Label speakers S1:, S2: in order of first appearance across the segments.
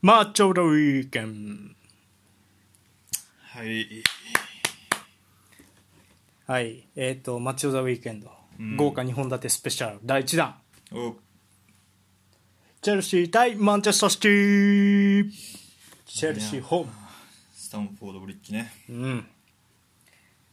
S1: マッチョ・ザ・ウィーケン
S2: はい。
S1: はいえっ、とマッチョ・ザ・ウィーケンド、
S2: うん
S1: 豪華2本立てスペシャル第1弾
S2: お
S1: チェルシー対マンチェスターシティチェルシーホーム
S2: スタンフォードブリッジね。
S1: うん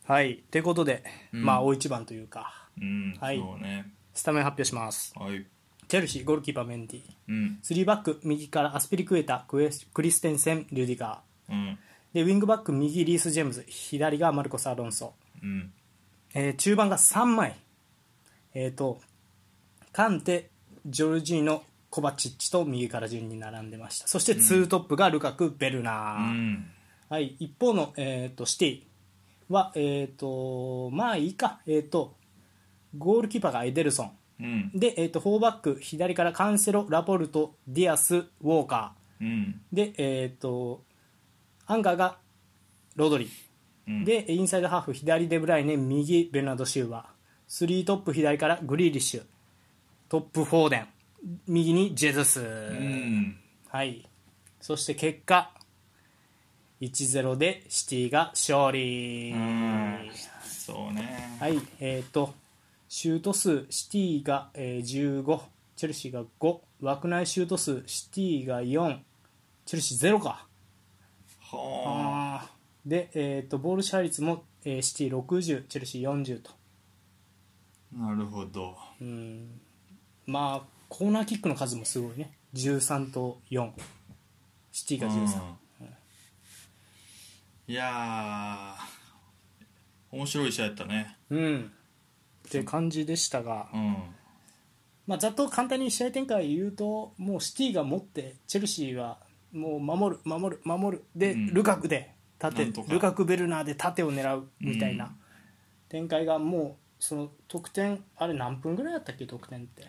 S1: はいということで、
S2: ん
S1: まあ大一番というか
S2: うん、
S1: はい
S2: そうね。
S1: スタメン発表します
S2: はい。
S1: チェルシーゴールキーパーメンディ
S2: うん。
S1: 3バック右からアスピリクエタクエスクリステンセンリュディガ
S2: うん。
S1: ーでウィングバック右リース・ジェームズ左がマルコス・アロンソ
S2: うん。
S1: えー中盤が3枚えっ、とカンテジョルジーノコバチッチと右から順に並んでましたそして2トップがルカク・ベルナ
S2: う
S1: ー、
S2: ん。
S1: はい、一方の、えー、とシティはえっ、とまあいいかえっ、とゴールキーパーがエデルソン
S2: うん。
S1: で、えー、と4バック左からカンセロラポルトディアスウォーカ
S2: うん。
S1: ーでえっ、とアンカーがロドリ
S2: うん、
S1: でインサイドハーフ左デブライネ右ベルナード・シューバー3トップ左からグリーリッシュトップフォーデン右にジェズス、
S2: うん。
S1: はいそして結果1-0でシティが勝利、
S2: うん。そうね。
S1: はいえっ、とシュート数シティが、えー15チェルシーが5枠内シュート数シティが4チェルシー0か
S2: はあ。
S1: で、えー、とボール支配率も、えーシティ60チェルシー40と
S2: なるほど。
S1: うんまあコーナーキックの数もすごいね13と4シティが13、
S2: いやー、面白い試合やったね。
S1: うん、って感じでしたが、
S2: うん。
S1: まあ、ざっと簡単に試合展開言うともうシティが持ってチェルシーはもう守る、守る、守るで、
S2: うん
S1: ルカクで
S2: な
S1: 縦
S2: んとか
S1: ルカクベルナーで縦を狙うみたいな展開がもうその得点あれ何分ぐらいだったっけ得点って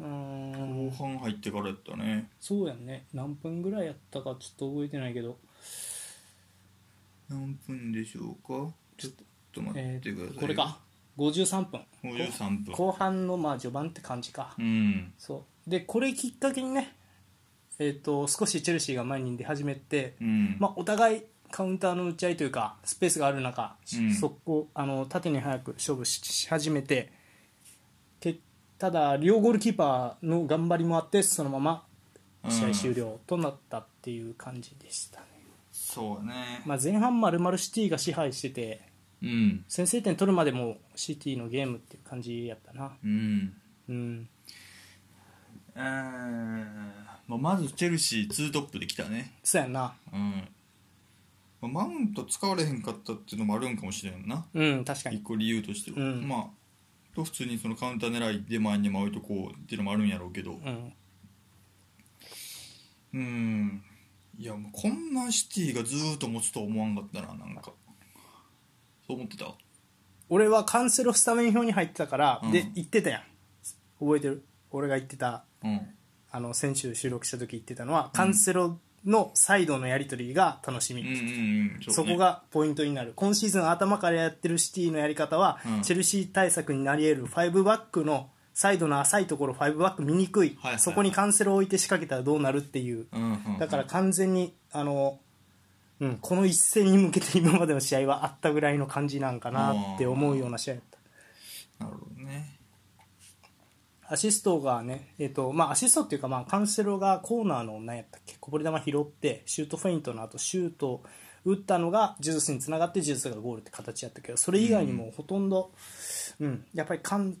S1: うーん
S2: 後半入ってからやったね。
S1: そうやんね何分ぐらいやったかちょっと覚えてないけど、
S2: 何分でしょうかちょっと待
S1: え
S2: ってください
S1: ー、。これか。53分
S2: 53分。
S1: 後半のまあ序盤って感じか、
S2: うん。
S1: そうでこれきっかけにね、えー、と少しチェルシーが前に出始めて、
S2: うん。
S1: まあ、お互いカウンターの打ち合いというかスペースがある中、
S2: うん
S1: そこあの縦に早く勝負しし始めてけただ両ゴールキーパーの頑張りもあってそのまま試合終
S2: 了。
S1: 了となったっていう感じでしたね、
S2: そうね。
S1: まあ、前半まるまるシティが支配してて
S2: うん。
S1: 先制点取るまでもシティのゲームっていう感じやったな
S2: うん。
S1: うん
S2: えーまあ、まずチェルシー2トップできたね、
S1: そうやんな
S2: うんまあ、マウント使われへんかったっていうのもあるんかもしれんな
S1: うん確かに
S2: 一個理由としては、
S1: うん
S2: まあと普通にそのカウンター狙いで前に置いとこうっていうのもあるんやろうけど
S1: うん
S2: うんいやもうこんなシティがずーっと持つとは思わんかったななんかそう思ってた
S1: 俺はカンセロスタメン表に入ってたから、
S2: うん
S1: で言ってたやん覚えてる俺が言ってた
S2: うん
S1: あの先週収録した時言ってたのは、カンセロのサイドのやり取りが楽しみ、
S2: うんうんうん
S1: そう
S2: ね
S1: こがポイントになる今シーズン頭からやってるシティのやり方は、
S2: うん
S1: チェルシー対策になり得る5バックのサイドの浅いところ5バック見にくい,、
S2: はいはい
S1: そこにカンセロを置いて仕掛けたらどうなるっていう
S2: うんうんうん
S1: だから完全にあの、うん、この一戦に向けて今までの試合はあったぐらいの感じなんかなって思うような試合だった
S2: なるほどね
S1: アシストがね、えっとまあ、アシストっていうか、まあ、カンセロがコーナーの何やったっけこぼれ球拾ってシュートフェイントの後シュートを打ったのがジュースにつながってジュースがゴールって形やったけどそれ以外にもほとんど、うんやっぱりカン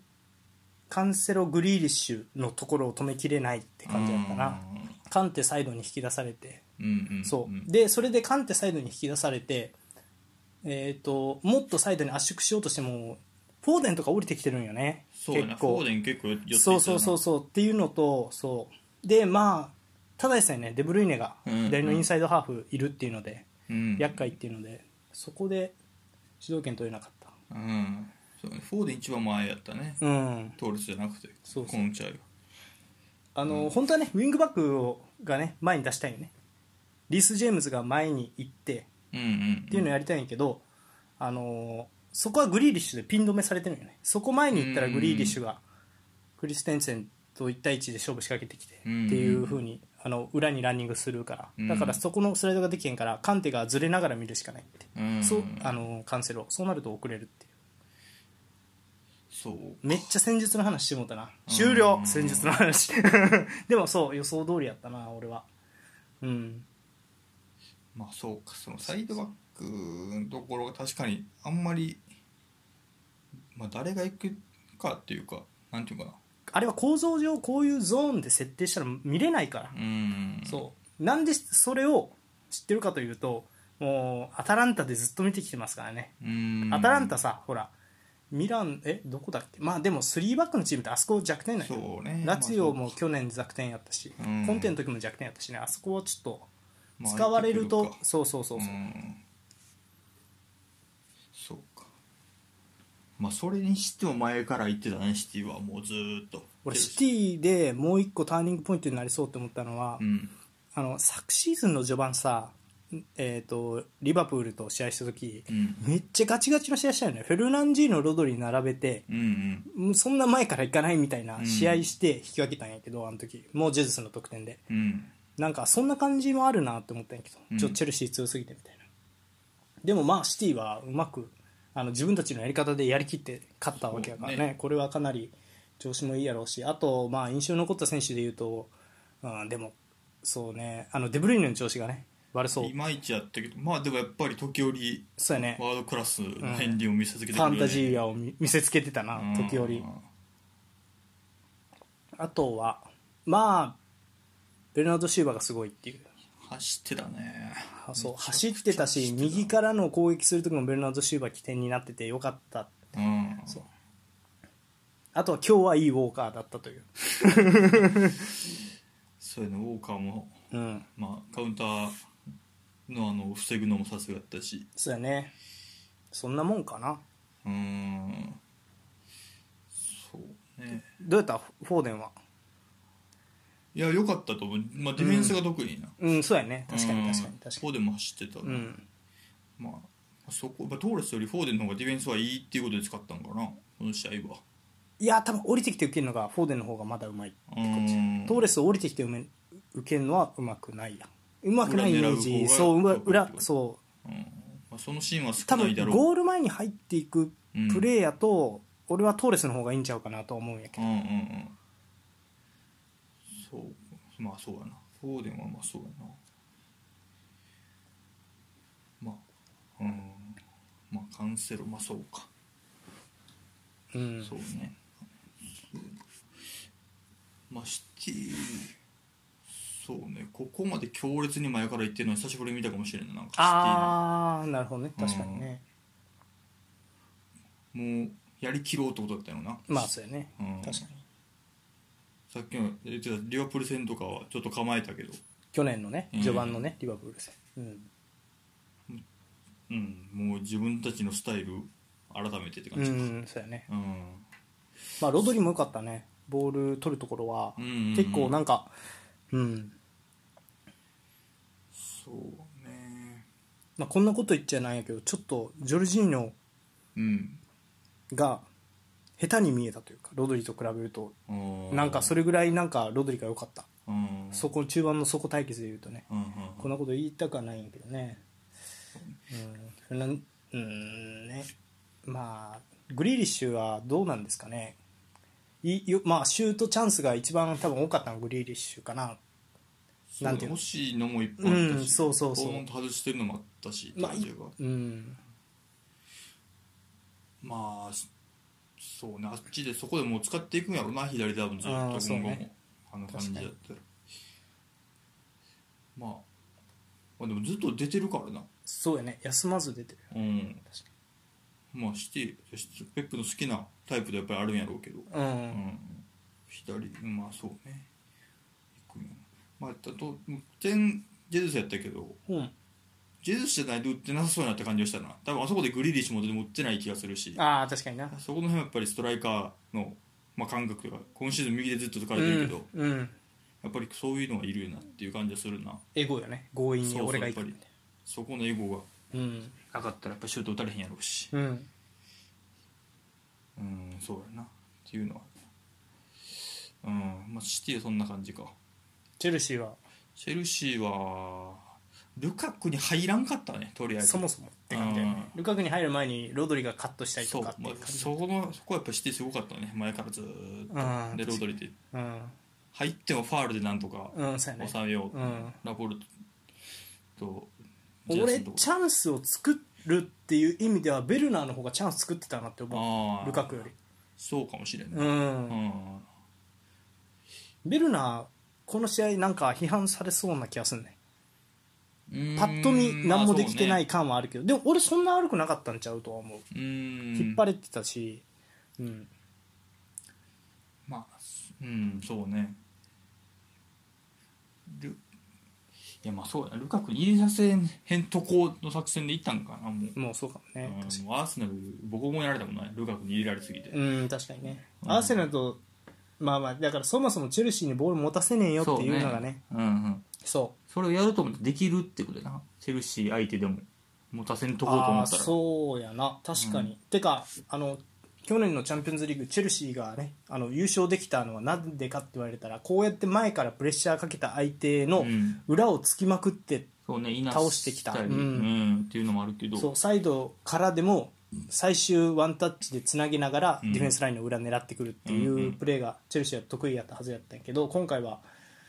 S1: カンセログリーリッシュのところを止めきれないって感じだったなカンテサイドに引き出されて
S2: うんうんうん
S1: そううんでそれでカンテサイドに引き出されて、えー、ともっとサイドに圧縮しようとしてもフォーデンとか降りてきてるんよね
S2: そうやな
S1: 結
S2: フォ
S1: 構
S2: ーデン結構寄っていったよな
S1: そうそうそうそうっていうのとそうでまあただでさえねデブルイネが
S2: うん
S1: 左のインサイドハーフいるっていうので、
S2: うん
S1: 厄介っていうのでそこで主導権取れなかっ
S2: うんそうね、フォーデン一番前やったね、
S1: たうん
S2: トーレスじゃなくて、
S1: そうそう
S2: この試合は。
S1: あの、本当はねウィングバックをがね前に出したいよねリース・ジェームズが前に行って
S2: うんうん、
S1: っていうのをやりたいんやけど、あのーそこはグリーリッシュでピン止めされてるんよねそこ前に行ったらグリーリッシュがクリステンセンと1対1で勝負仕掛けてきてって
S2: うん
S1: いう風にあの裏にランニングするから
S2: うん
S1: だからそこのスライドができへんからカンテがずれながら見るしかないって
S2: うん
S1: そうあのカンセロそうなると遅れるっていう
S2: そう
S1: めっちゃ戦術の話してもうたな終了
S2: うん
S1: 戦術の 話でもそう予想通りやったな俺はうん
S2: まあそうかそのサイドバックのところが確かにあんまり、まあ、誰が行くかっていうかなんていうかな
S1: あれは構造上こういうゾーンで設定したら見れないから
S2: うん
S1: そうなんでそれを知ってるかというともうアタランタでずっと見てきてますからね
S2: うん
S1: アタランタさほらミランえどこだっけまあでも3バックのチームってあそこ弱点ない
S2: そうね
S1: ラツィオも去年弱点やったし、
S2: うん
S1: コンテの時も弱点やったしねあそこはちょっと
S2: まあ
S1: 使われると、
S2: まあ相手来か
S1: そうそうそうそう、
S2: うんそうかまあそれにしても前から言ってたねシティはもうずーっと
S1: 俺シティでもう一個ターニングポイントになりそうって思ったのは、
S2: うん
S1: あの昨シーズンの序盤さ、えー、とリバプールと試合した時、
S2: うん
S1: めっちゃガチガチの試合したよねフェルナンジーノロドリ並べて
S2: うんうん
S1: もうそんな前から行かないみたいな
S2: うん
S1: 試合して引き分けたんやけど、あの時もうジェズスの得点で
S2: うん
S1: なんかそんな感じもあるなって思ったんやけど、
S2: うん
S1: ちょっとチェルシー強すぎてみたいなでもまあシティはうまくあの自分たちのやり方でやりきって勝ったわけやからね
S2: そうね
S1: これはかなり調子もいいやろうしあとまあ印象に残った選手でいうと、うん、でもそうねあのデブルイネの調子がね悪そう
S2: いまいちやったけどまあでもやっぱり時折
S1: そうやね
S2: ワールドクラスの片鱗を見せ続けて
S1: ファンタジ
S2: ー
S1: ーアを見見せつけてたな時折あとはまあベルナード・シューバーがすごいっていう
S2: 走ってたね
S1: あそう走ってたし右からの攻撃する時もベルナード・シューバー起点になっててよかった
S2: うん
S1: そうあとは今日はいいウォーカーだったという、
S2: そういうのウォーカーも、
S1: うん、
S2: まあ、カウンターのあの防ぐのもさすがだったし
S1: そうやねそんなもんかな
S2: うーんそうね
S1: どうやったフォーデンはい
S2: や良かったと思う、まあ、ディフェンスが特にな、
S1: うんそうやね確か
S2: う
S1: に
S2: ん
S1: 確かに確
S2: フ
S1: か
S2: ォーデンも走ってた、
S1: にうん
S2: まあそこ、まあ、トーレスよりフォーデンの方がディフェンスはいいっていうことで使ったのかなこの試合はい
S1: や多分降りてきて受けるのがフォーデンの方がまだうまいトー
S2: レ
S1: レスを降りてきて埋め受けるのはうまくないやうまくないイメージ
S2: 裏狙う
S1: そ
S2: 方が
S1: う裏裏
S2: 得意
S1: そう
S2: ス、うんまあ、そのシーンは少
S1: 多
S2: ない
S1: 分
S2: だろう
S1: ゴール前に入っていくプレーやと、俺はトーレスの方がいいんちゃうかなとは思うんやけ
S2: う
S1: ど、
S2: んうんうんそうまあそうやなフォーデンはまあそうやなまあうんまあカンセロまあそうか、
S1: うん、
S2: そうねまあシティそうねここまで強烈に前から言ってるのは久しぶりに見たかもしれんないなんかシティ
S1: ああなるほどね確かにね、
S2: のもうやりきろうってことだったよな、
S1: まあそうやね、
S2: うん、
S1: 確かに
S2: さっきの言ってたリバプール戦とかはちょっと構えたけど
S1: 去年のね
S2: うん
S1: 序盤のね、リバプール戦、うん
S2: うん、もう自分たちのスタイル改めてって
S1: う
S2: 感じか
S1: ん、そうやね
S2: うん、
S1: まあロドリも良かったねボール取るところは、
S2: うんうんうん
S1: 結構なんかうん、
S2: そうね
S1: まあ、こんなこと言っちゃないんやけどちょっとジョルジーノ
S2: うん
S1: が下手に見えたというかロドリと比べると
S2: あー
S1: なんかそれぐらいなんかロドリが良かった
S2: うん
S1: そこ中盤のそこ対決でいうとね
S2: うんうん
S1: こんなこと言いたくはないんやけどねうんなんうんねまあグリーリッシュはどうなんですかねいよまあシュートチャンスが一番多分多かったのはグリーリッシュかな
S2: そう
S1: なんていうの
S2: 欲しいのもいっぱいあった
S1: う
S2: し、
S1: んそうそうそう
S2: ポーンと外してるのもあったし
S1: まあ
S2: っていうか
S1: うん
S2: まあしそうねあっちでそこでもう使っていくんやろな左多分ずっと
S1: あ
S2: 今
S1: ーそう
S2: 後
S1: ね
S2: もあ,、の感じだったらまあまあでもずっと出てるからな
S1: そうやね休まず出てる
S2: うん
S1: 確か
S2: まあシティペップの好きなタイプでやっぱりあるんやろうけど
S1: う
S2: うんん左うんまあそうね行くんやまああと点ジェズスやったけど
S1: うん
S2: ジェズスじゃないと打ってなさそうになった感じがしたな多分あそこでグリーリッシュもでも打ってない気がするし
S1: ああ確かにな
S2: そこの辺はやっぱりストライカーの、まあ、感覚というか今シーズン右でずっと疲れてるけど、
S1: うん、うん、
S2: やっぱりそういうのがいるよなっていう感じがするな
S1: エゴよね強引
S2: そう
S1: に
S2: そう
S1: 俺が
S2: やっ
S1: 行
S2: ぱ
S1: く
S2: りそこのエゴが
S1: うん
S2: なかったらやっぱシュート打たれへんやろうし
S1: うん
S2: うんそうやなっていうのはうんまあ、シティはそんな感じか
S1: チェルシーは
S2: チェルシーはルカクに入らんかったねとりあえず
S1: そもそもって感じだよねルカクに入る前にロドリがカットしたり
S2: そ
S1: と
S2: う
S1: かっ
S2: ま
S1: ていう
S2: あ
S1: 感じ
S2: そこのそこはやっぱシティすごかったね前からずーっ
S1: うん
S2: とでロドリで
S1: うん
S2: 入ってもファールでなんとか
S1: うんそうやね
S2: 抑えよう、
S1: うん
S2: ラポルトとジェ
S1: 俺
S2: イソンと
S1: チャンスを作るっていう意味ではベルナーの方がチャンス作ってたなって思
S2: あ
S1: う
S2: あ
S1: ルカクより
S2: そうかもしれん
S1: う
S2: ね
S1: ん、
S2: うん
S1: ベルナーこの試合なんか批判されそうな気がするね
S2: うん
S1: パッと見何もできてない
S2: まあ
S1: 感はあるけど、でも俺そんな悪くなかったんちゃうとは思う、
S2: そうねうん
S1: 引っ張れてたし、うん、
S2: まあうんそうねルいやまあそうだルカクに入れさせへんとこの作戦でいったんかなもう、
S1: もうそうかも
S2: う
S1: ね、
S2: ん、ア
S1: 確かに
S2: ーセナル僕もやられたもんないルカクに入れられすぎて、
S1: うん確かにね、
S2: うん
S1: アーセナルとまあまあだからそもそもチェルシーにボール持たせねえよって
S2: そ
S1: いうのがね
S2: うんうん
S1: そ
S2: それをやると思ってできるってことだなチェルシー相手でも持たせん
S1: う
S2: とこうと思
S1: あー
S2: ったら
S1: そうやな確かに、てかあの去年のチャンピオンズリーグチェルシーがねあの優勝できたのはなんでかって言われたらこうやって前からプレッシャーかけた相手の
S2: うん
S1: 裏をつきまくって
S2: そうね、いな
S1: 倒してきた
S2: り
S1: うん
S2: うん、っていうのもあるけど
S1: そうサイドからでも最終ワンタッチでつなぎながら
S2: うん
S1: ディフェンスラインの裏狙ってくるって
S2: うん
S1: いううんプレーがチェルシーは得意やったはずやったんやけど今回は、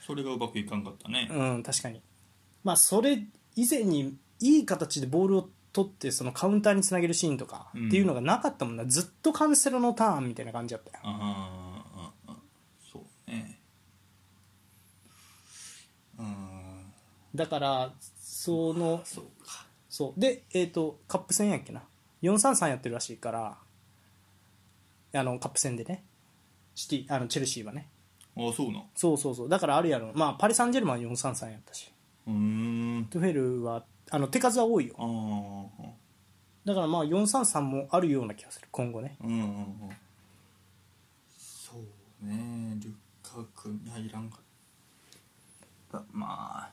S2: それがうまくいかんかったね、
S1: うん、確かに、まあ、それ以前にいい形でボールを取ってそのカウンターにつなげるシーンとか
S2: うん
S1: っていうのがなかったもんな、ずっとカンセロのターンみたいな感じだったよ
S2: ああああそうねうん
S1: だからその
S2: そうか
S1: そうで、えー、とカップ戦やっけな433やってるらしいからあのカップ戦でねシティあのチェルシーはね
S2: ああそうな
S1: そうそうそうだからあるやろ、まあ、パリ・サンジェルマンは433やったし
S2: うーん
S1: トゥフェルはあの手数は多いよ
S2: ああ
S1: だからまあ433もあるような気がする今後ね
S2: うんうんうんそうねルカ君に入らんかったまあ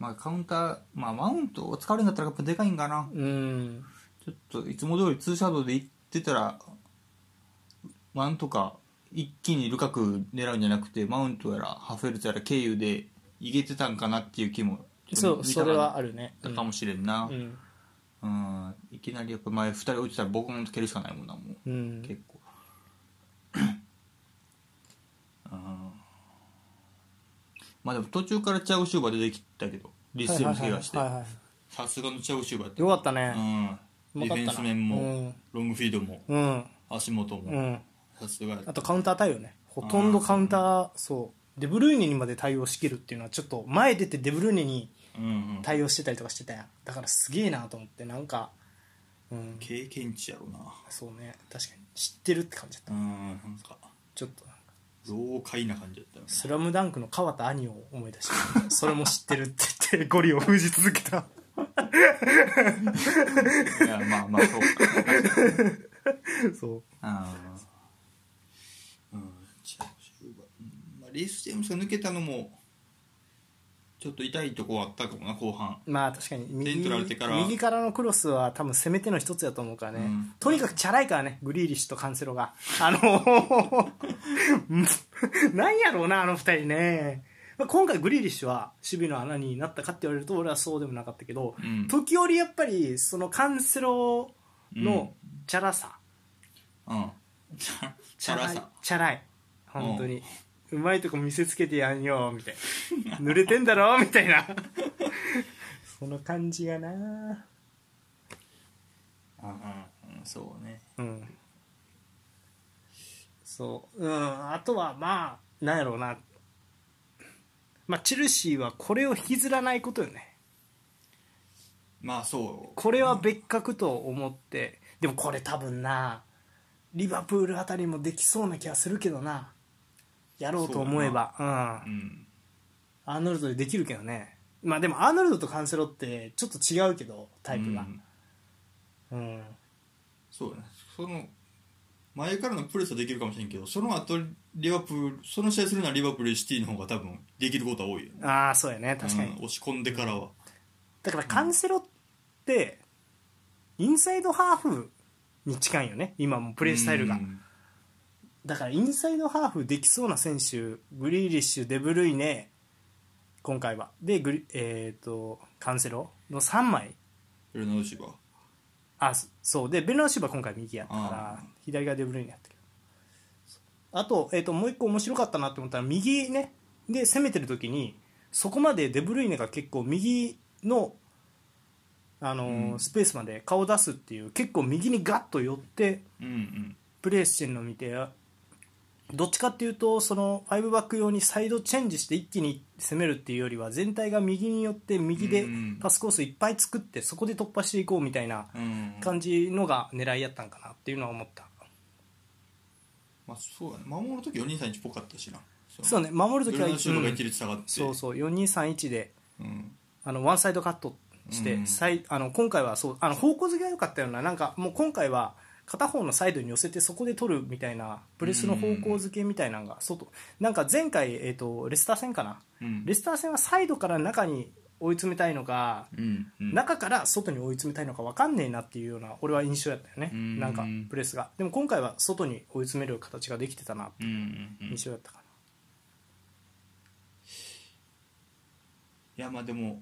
S2: まあカウンターまあマウントを使われるんだったらやっぱでかいんかな
S1: うん
S2: ちょっといつも通りツーシャドウで行ってたらマンとか一気にルカク狙うんじゃなくてマウントやらハフェルツやら経由で逃げてたんかなっていう気もち
S1: そ
S2: ょっと
S1: う
S2: 見
S1: そ
S2: たか
S1: れ
S2: ら
S1: はあるね
S2: かもしれんな、
S1: う
S2: うん
S1: ん
S2: いきなりやっぱ前2人落ちたら僕も蹴るしかないもんなもう、
S1: うん、うん
S2: 結構うんまあでも途中からチャウシューバー出てきたけどリスでも怪我して
S1: はいはいはいはいは
S2: さすがのチャウシューバーやっ
S1: い
S2: て
S1: よかったね、
S2: う、
S1: うんま
S2: ディ
S1: かった
S2: フェンス
S1: な
S2: 面も、ロングフィードも
S1: うんうん、
S2: 足元
S1: う
S2: も
S1: ん、
S2: さすがや
S1: あとカウンター対応ねほとんどカウンターそうデブルーニにまで対応しきるっていうのはちょっと前出てデブルーニに
S2: うんうん
S1: 対応してたりとかしてたやんだからすげえなと思ってなんか、うん、
S2: 経験値やろな
S1: そうね確かに知ってるって感じだった
S2: うんなんか
S1: ちょっとなんか
S2: 老快な感じだったよね
S1: スラムダンクの川田兄を思い出してそれも知ってるって言ってゴリを封じ続けた
S2: いやまあまあそう か
S1: そう
S2: あーうんチャウシューバーうんまあリース・ジェームスが抜けたのもちょっと痛いとこはあったかもな後半
S1: まあ確かに
S2: 点
S1: 右
S2: 取られてから
S1: 右からのクロスは多分攻め手の一つやと思うからね、
S2: うん
S1: とにかくチャラいからねグリーリッシュとカンセロ があの なんやろうなあの二人ねまあ今回グリーリッシュは守備の穴になったかって言われると俺はそうでもなかったけど、
S2: うん
S1: 時折やっぱりそのカンセロのチャラさ、
S2: うんチャチャラさ
S1: チャラい本当に、うまいとこ見せつけてやんよみたいな濡れてんだろみたい なその感じがな
S2: うんうんそうね
S1: うんそううんあとはまあなんやろうなまあチェルシーはこれを引きずらないことよね
S2: まあそう
S1: これは別格と思って、でもこれ多分なリバプールあたりもできそうな気がするけどなやろうと思えばうん
S2: うん
S1: アーノルドでできるけどねまあでもアーノルドとカンセロってちょっと違うけどタイプが
S2: うん
S1: うん、
S2: そうだねその前からのプレスはできるかもしれんけどその後リバプールその試合するのはリバプールシティの方が多分できることは多いよね
S1: ああそうやね確かに、
S2: うん押し込んでからは
S1: だからカンセロってインサイドハーフに近いよね今もプレースタイルが、
S2: うん
S1: だからインサイドハーフできそうな選手グリーリッシュデブルイネ今回はでグリ、えー、とカンセロの3枚
S2: ベルナウシバ
S1: あそそうでベルナーシューバー今回右やったから
S2: あ
S1: 左がデブルイネやったけどあと,、えー、ともう一個面白かったなって思ったら右ねで攻めてる時にそこまでデブルイネが結構右の、あのー
S2: うん
S1: スペースまで顔を出すっていう結構右にガッと寄って
S2: うんうん
S1: プレーしてるのを見てどっちかっていうとその5バック用にサイドチェンジして一気に攻めるっていうよりは全体が右に寄って右で
S2: うん
S1: パスコースいっぱい作ってそこで突破していこうみたいな
S2: うん
S1: 感じのが狙いやったんかなっていうのは思った
S2: まあそうだね守る時4人3 1っぽかったしな
S1: そうね守るとき
S2: ベ
S1: は、
S2: ル
S1: う
S2: ナウシバが一
S1: ん、
S2: 律下がって
S1: そうそう4231で
S2: うん
S1: あのワンサイドカットして、
S2: うん
S1: サイあの今回はそうあの方向付けが良かったようななんかもう今回は片方のサイドに寄せてそこで取るみたいなプレスの方向付けみたいなのが外なんか前回、えー、とレスター戦かな
S2: うん
S1: レスター戦はサイドから中に追い詰めたいのか、
S2: うんうん
S1: 中から外に追い詰めたいのか分かんねえなっていうような俺は印象やったよね、
S2: うん
S1: なんかプレスがでも今回は外に追い詰める形ができてたな
S2: うんうんうんい
S1: 印象やったかな、
S2: やまあでも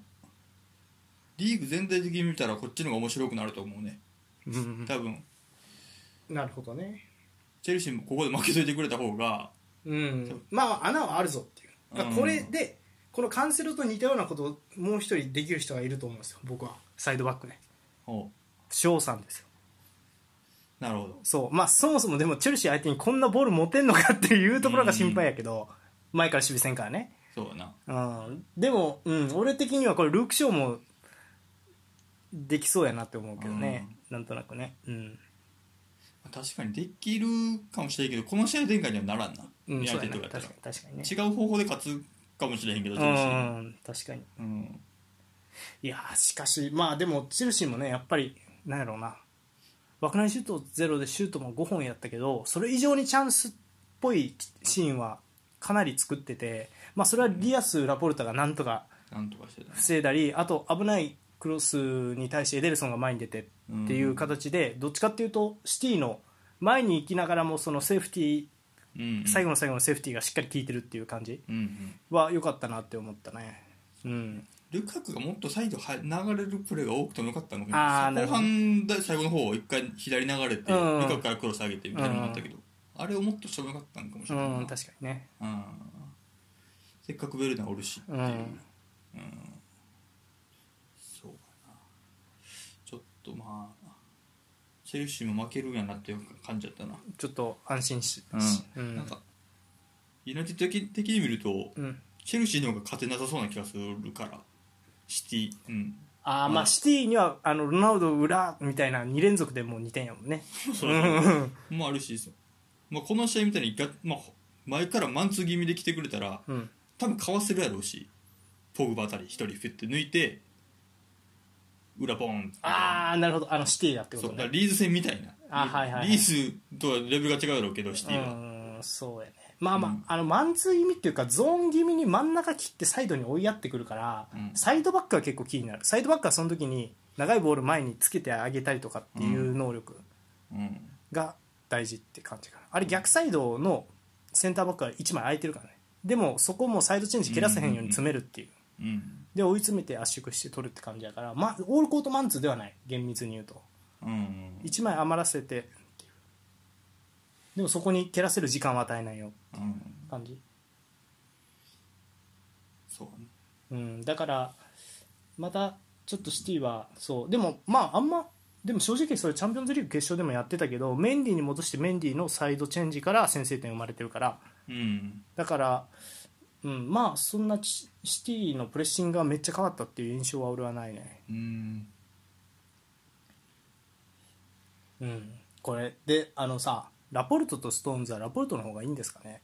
S2: リーグ全体的に見たらこっちの方が面白くなると思うね
S1: うんうん
S2: 多分
S1: なるほどね
S2: チェルシーもここで負けといてくれた方が
S1: うんまあ穴はあるぞっていうだからこれでこのカンセルと似たようなことをもう一人できる人がいると思うんですよ僕はサイドバックね
S2: おう
S1: 翔さんですよ
S2: なるほど
S1: そうまあそもそもでもチェルシー相手にこんなボール持てんのかっていうところが心配やけど、前から守備せんからね
S2: そうだな
S1: うんでも、うん、俺的にはこれルーク・ショーもできそうやなって思うけどね、なんとなくね、うん、
S2: 確かにできるかもしれんけどこの試合展開にはならんな、
S1: うん、
S2: ユ
S1: そう
S2: ナイ
S1: や
S2: テ
S1: な
S2: ッドがや
S1: 確
S2: っ
S1: か
S2: た
S1: に
S2: ら
S1: 確かにね
S2: 違う方法で勝つかもしれへんけど
S1: う
S2: チェルシー
S1: ん確かに
S2: うん
S1: いやーしかしまあでもチェルシーもねやっぱりなんやろうな枠内シュートゼロでシュートも5本やったけどそれ以上にチャンスっぽいシーンはかなり作ってて、まあ、それはリアス・ラポルタがなんとか
S2: なんとかしてたね
S1: 防いだりあと危ないクロスに対してエデルソンが前に出てっていう形で、どっちかっていうとシティの前に行きながらもそのセーフティー
S2: うんうん
S1: 最後の最後のセーフティーがしっかり効いてるっていう感じ
S2: うんうん
S1: は良かったなって思ったね。うん、
S2: ルカクがもっとサイドは流れるプレーが多くてもよかったのか
S1: あーな
S2: な
S1: る
S2: 後
S1: ほど
S2: 半で最後の方を一回左流れて、
S1: うん
S2: ルカクからクロス上げてみたいなのがあったけど、あれをもっとしてもよかったのかもし
S1: う
S2: れないな、
S1: ん、確かにね
S2: うんせっかくベルナおるしっていう、
S1: う
S2: うんんそうかなちょっとまあチェルシーも負けるんやなって感じだったな、
S1: ちょっと安心し、う
S2: な
S1: ん
S2: んかユナイテッド的的に見ると
S1: うん、
S2: チェルシーの方が勝てなさそうな気がするからシティうん
S1: あーまあシティにはあのロナウド裏みたいな2連続でもう2点やもんね
S2: もあるし、まあ、この試合みたいにが、まあ、前からマンツー気味で来てくれたら
S1: うん
S2: 多分かわせるやろうしポグバあたり一人フュッて抜いて裏ボーン
S1: ああなるほどあのシティだってこ
S2: そう
S1: と
S2: だから
S1: ね
S2: リーズ戦みたいな
S1: あはいはいはい
S2: リーズとはレベルが違うやろうけどシ
S1: う
S2: ティは、
S1: んそうやねまあまあ,、
S2: うん
S1: あのマンツー気味っていうかゾーン気味に真ん中切ってサイドに追いやってくるから、
S2: うん
S1: サイドバックは結構キーになるサイドバックはその時に長いボール前につけてあげたりとかっていう能力
S2: うん
S1: が大事って感じかなあれ逆サイドのセンターバックは1枚空いてるからねでもそこもサイドチェンジ蹴らせへんように詰めるっていう
S2: うん
S1: で追い詰めて圧縮して取るって感じだから、ま、オールコートマンツーではない厳密に言うと
S2: うん
S1: 1枚余らせてでもそこに蹴らせる時間は与えないよ
S2: うん
S1: 感じ、
S2: そうね
S1: うん、だからまたちょっとシティはそうでもまああんまでも正直それチャンピオンズリーグ決勝でもやってたけどメンディーに戻してメンディーのサイドチェンジから先制点生まれてるから
S2: うん
S1: だから、うん、まあそんなシシティのプレッシングがめっちゃ変わったっていう印象は俺はないね
S2: うん
S1: うん、これであのさラポルトとストーンズはラポルトの方がいいんですかね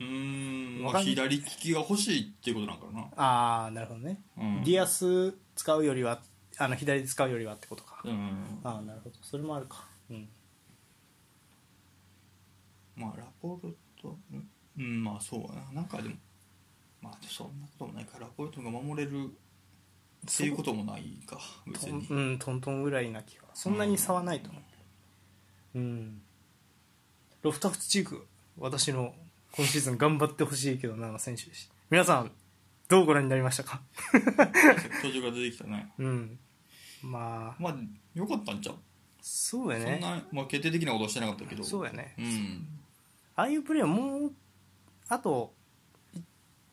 S2: うん、
S1: わ
S2: ま
S1: か
S2: あ、
S1: んない
S2: 左利きが欲しいっていうことなんかな
S1: ああなるほどね、
S2: うん
S1: ディアス使うよりはあの左で使うよりはってことか、
S2: うん
S1: ああなるほどそれもあるかうん
S2: まあラポルトうんうんまあそうだななんかでもまあそんなこともないからラポルトが守れるっていうこともないか別
S1: とん
S2: に
S1: うんトントンぐらいな気はそんなに差はないと思ううん、ロフトフチーク私の今シーズン頑張ってほしいけどな選手でした皆さんどうご覧になりましたか
S2: 途中から出てきたね
S1: うんまあ
S2: まあ良かったんちゃう
S1: そうや
S2: そん
S1: ね
S2: な、まあ、決定的なことはしてなかったけど
S1: そうやね
S2: うん
S1: ああいうプレーはもうあと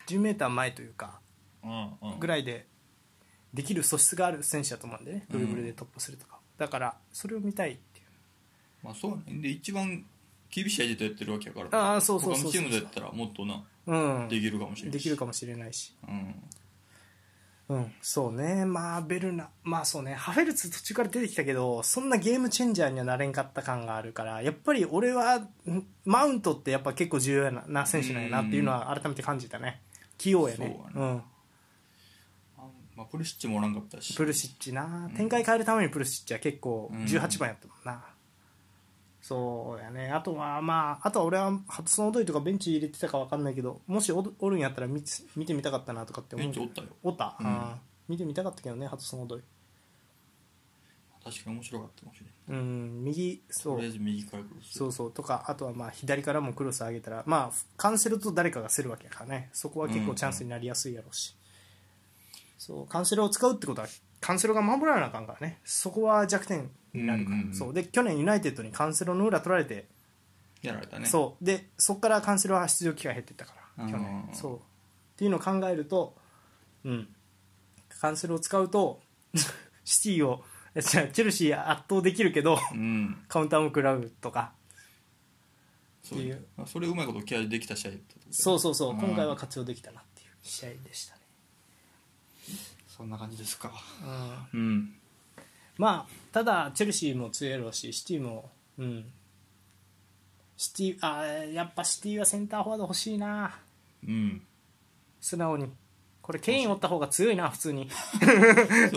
S1: 1 0ー前というか
S2: うんうん
S1: ぐらいでできる素質がある選手だと思うんでね
S2: う
S1: ド
S2: ん
S1: リブルで突破するとか、だからそれを見たいっていう
S2: まあそうねで一番厳しい相手とやってるわけやから
S1: ああそうそう
S2: 他
S1: そ
S2: の
S1: う
S2: チ
S1: そう
S2: ームだったらもっとな
S1: うん
S2: できるかもしれない
S1: できる
S2: か
S1: かもしれないし
S2: うん
S1: うんそうねまあベルナまあそうねハフェルツ途中から出てきたけどそんなゲームチェンジャーにはなれんかった感があるからやっぱり俺はんマウントってやっぱ結構重要なな選手なんやなっていうのは改めて感じたね器用やね
S2: そう
S1: うん
S2: あまあ、プルシッチもおらんかったし
S1: プルシッチな
S2: うん
S1: 展開変えるためにプルシッチは結構
S2: うん
S1: 18番やったもんな、そうやねあとはまああとは俺はハドソン・オドイとかベンチ入れてたか分かんないけどもしおおるんやったら見つ見てみたかったなとかって
S2: ベ
S1: 思う
S2: ンチ
S1: け
S2: お
S1: ど
S2: ったよ
S1: おった、
S2: うん
S1: あー見てみたかったけどねハドソン・オドイ
S2: 確かに面白かったかもしれない
S1: うん右そ
S2: とりあえ
S1: う
S2: ず右からクロス
S1: そうそうとかあとはまあ左からもクロス上げたらまあカンセルと誰かが競るわけやからねそこは結構チャンスになりやすいやろうし、そうカンセルを使うってことはカンセルが守らなあかんからねそこは弱点になるから、
S2: うんうんうん
S1: そうで去年ユナイテッドにカンセルの裏取られて、
S2: やられたね
S1: そうでそこからカンセルは出場機会減ってったから
S2: うん
S1: 去年そうっていうのを考えるとうんカンセルを使うと シティをえ違うチェルシー圧倒できるけど
S2: うん
S1: カウンターも食らうとか
S2: そう
S1: ってい
S2: いううそれをうまいことキャッチできた試合だったってことだよね
S1: そうそうそう、
S2: ん
S1: 今回は活用できたなっていう試合でしたね、
S2: そんな感じですか
S1: うん、
S2: うん
S1: まあただチェルシーも強いやろうしシティもうんシティあーやっぱシティはセンターフォワード欲しいな
S2: うん
S1: 素直にこれケインおった方が強いな普通に
S2: それ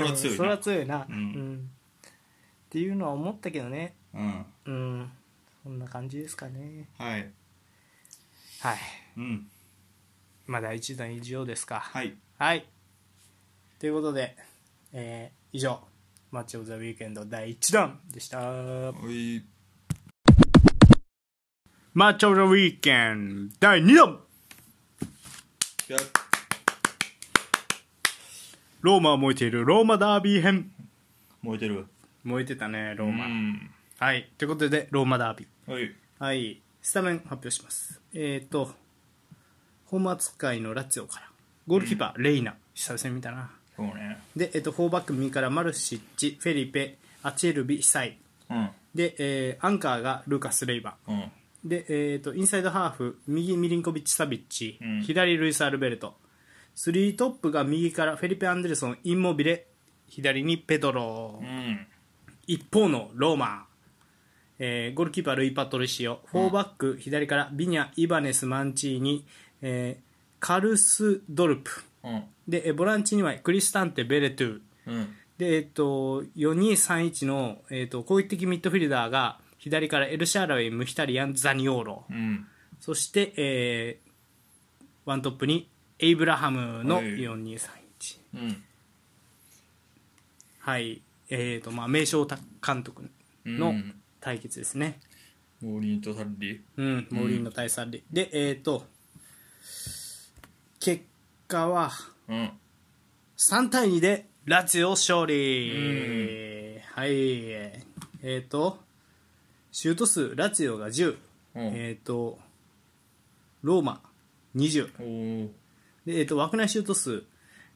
S2: は強い
S1: それは
S2: な
S1: 強いな、
S2: うん
S1: うんっていうのは思ったけどね
S2: うん
S1: うんそんな感じですかね
S2: はい
S1: はい
S2: うん
S1: まあ第1弾以上ですか
S2: はい
S1: はい。ということで、えー以上、マッチオブザウィークエンド第1弾でした。
S2: おい
S1: マッチオブザウィークエンド第2弾
S2: やっ
S1: ローマは燃えているローマダービー編。
S2: 燃えてる
S1: 燃えてたね、ロー
S2: う
S1: マ。
S2: ん
S1: はい。ということで、ローマダービー。
S2: はい
S1: はい。スタメン発表します。えっ、と、本扱いのラツィオから。ゴールキーパー、レイナ。久々に見たな。
S2: そうね
S1: で、えっ、と、4バック右からマルシッチ、フェリペ、アチェルビ、ヒサイ。
S2: うん
S1: で、えーアンカーがルーカス・レイバー。
S2: うん
S1: で、えー、とインサイドハーフ右ミリンコビッチ・サビッチ、
S2: うん
S1: 左ルイス・アルベルトスリートップが右からフェリペ・アンデルソンインモビレ左にペドロ、
S2: うん
S1: 一方のローマ、えーゴールキーパールイ・パトリシオフォーバック、左からビニャ・イバネス・マンチーニ、えーカルス・ドルプ
S2: うん
S1: でえーボランチ2枚クリスタンテ・ベレトゥ
S2: うん
S1: で、えっと、4231の、えっと、攻撃的ミッドフィルダーが左からエルシャーラウェイ、ムヒタリアン、ザニオーロ、
S2: うん
S1: そして、えーワントップにエイブラハムの
S2: はい
S1: 4231、
S2: うん
S1: はいえーとまあ、名将監督
S2: う
S1: の
S2: ん
S1: 対決ですね、
S2: モーリーとサルディ
S1: うんモーリーの対3で、で、えー、と結果は
S2: うん
S1: 3対2でラツィオ勝利、はいえー、とシュート数ラツィオが10、
S2: うん
S1: えー、とローマ20、
S2: おお
S1: で、えっと枠内シュート数、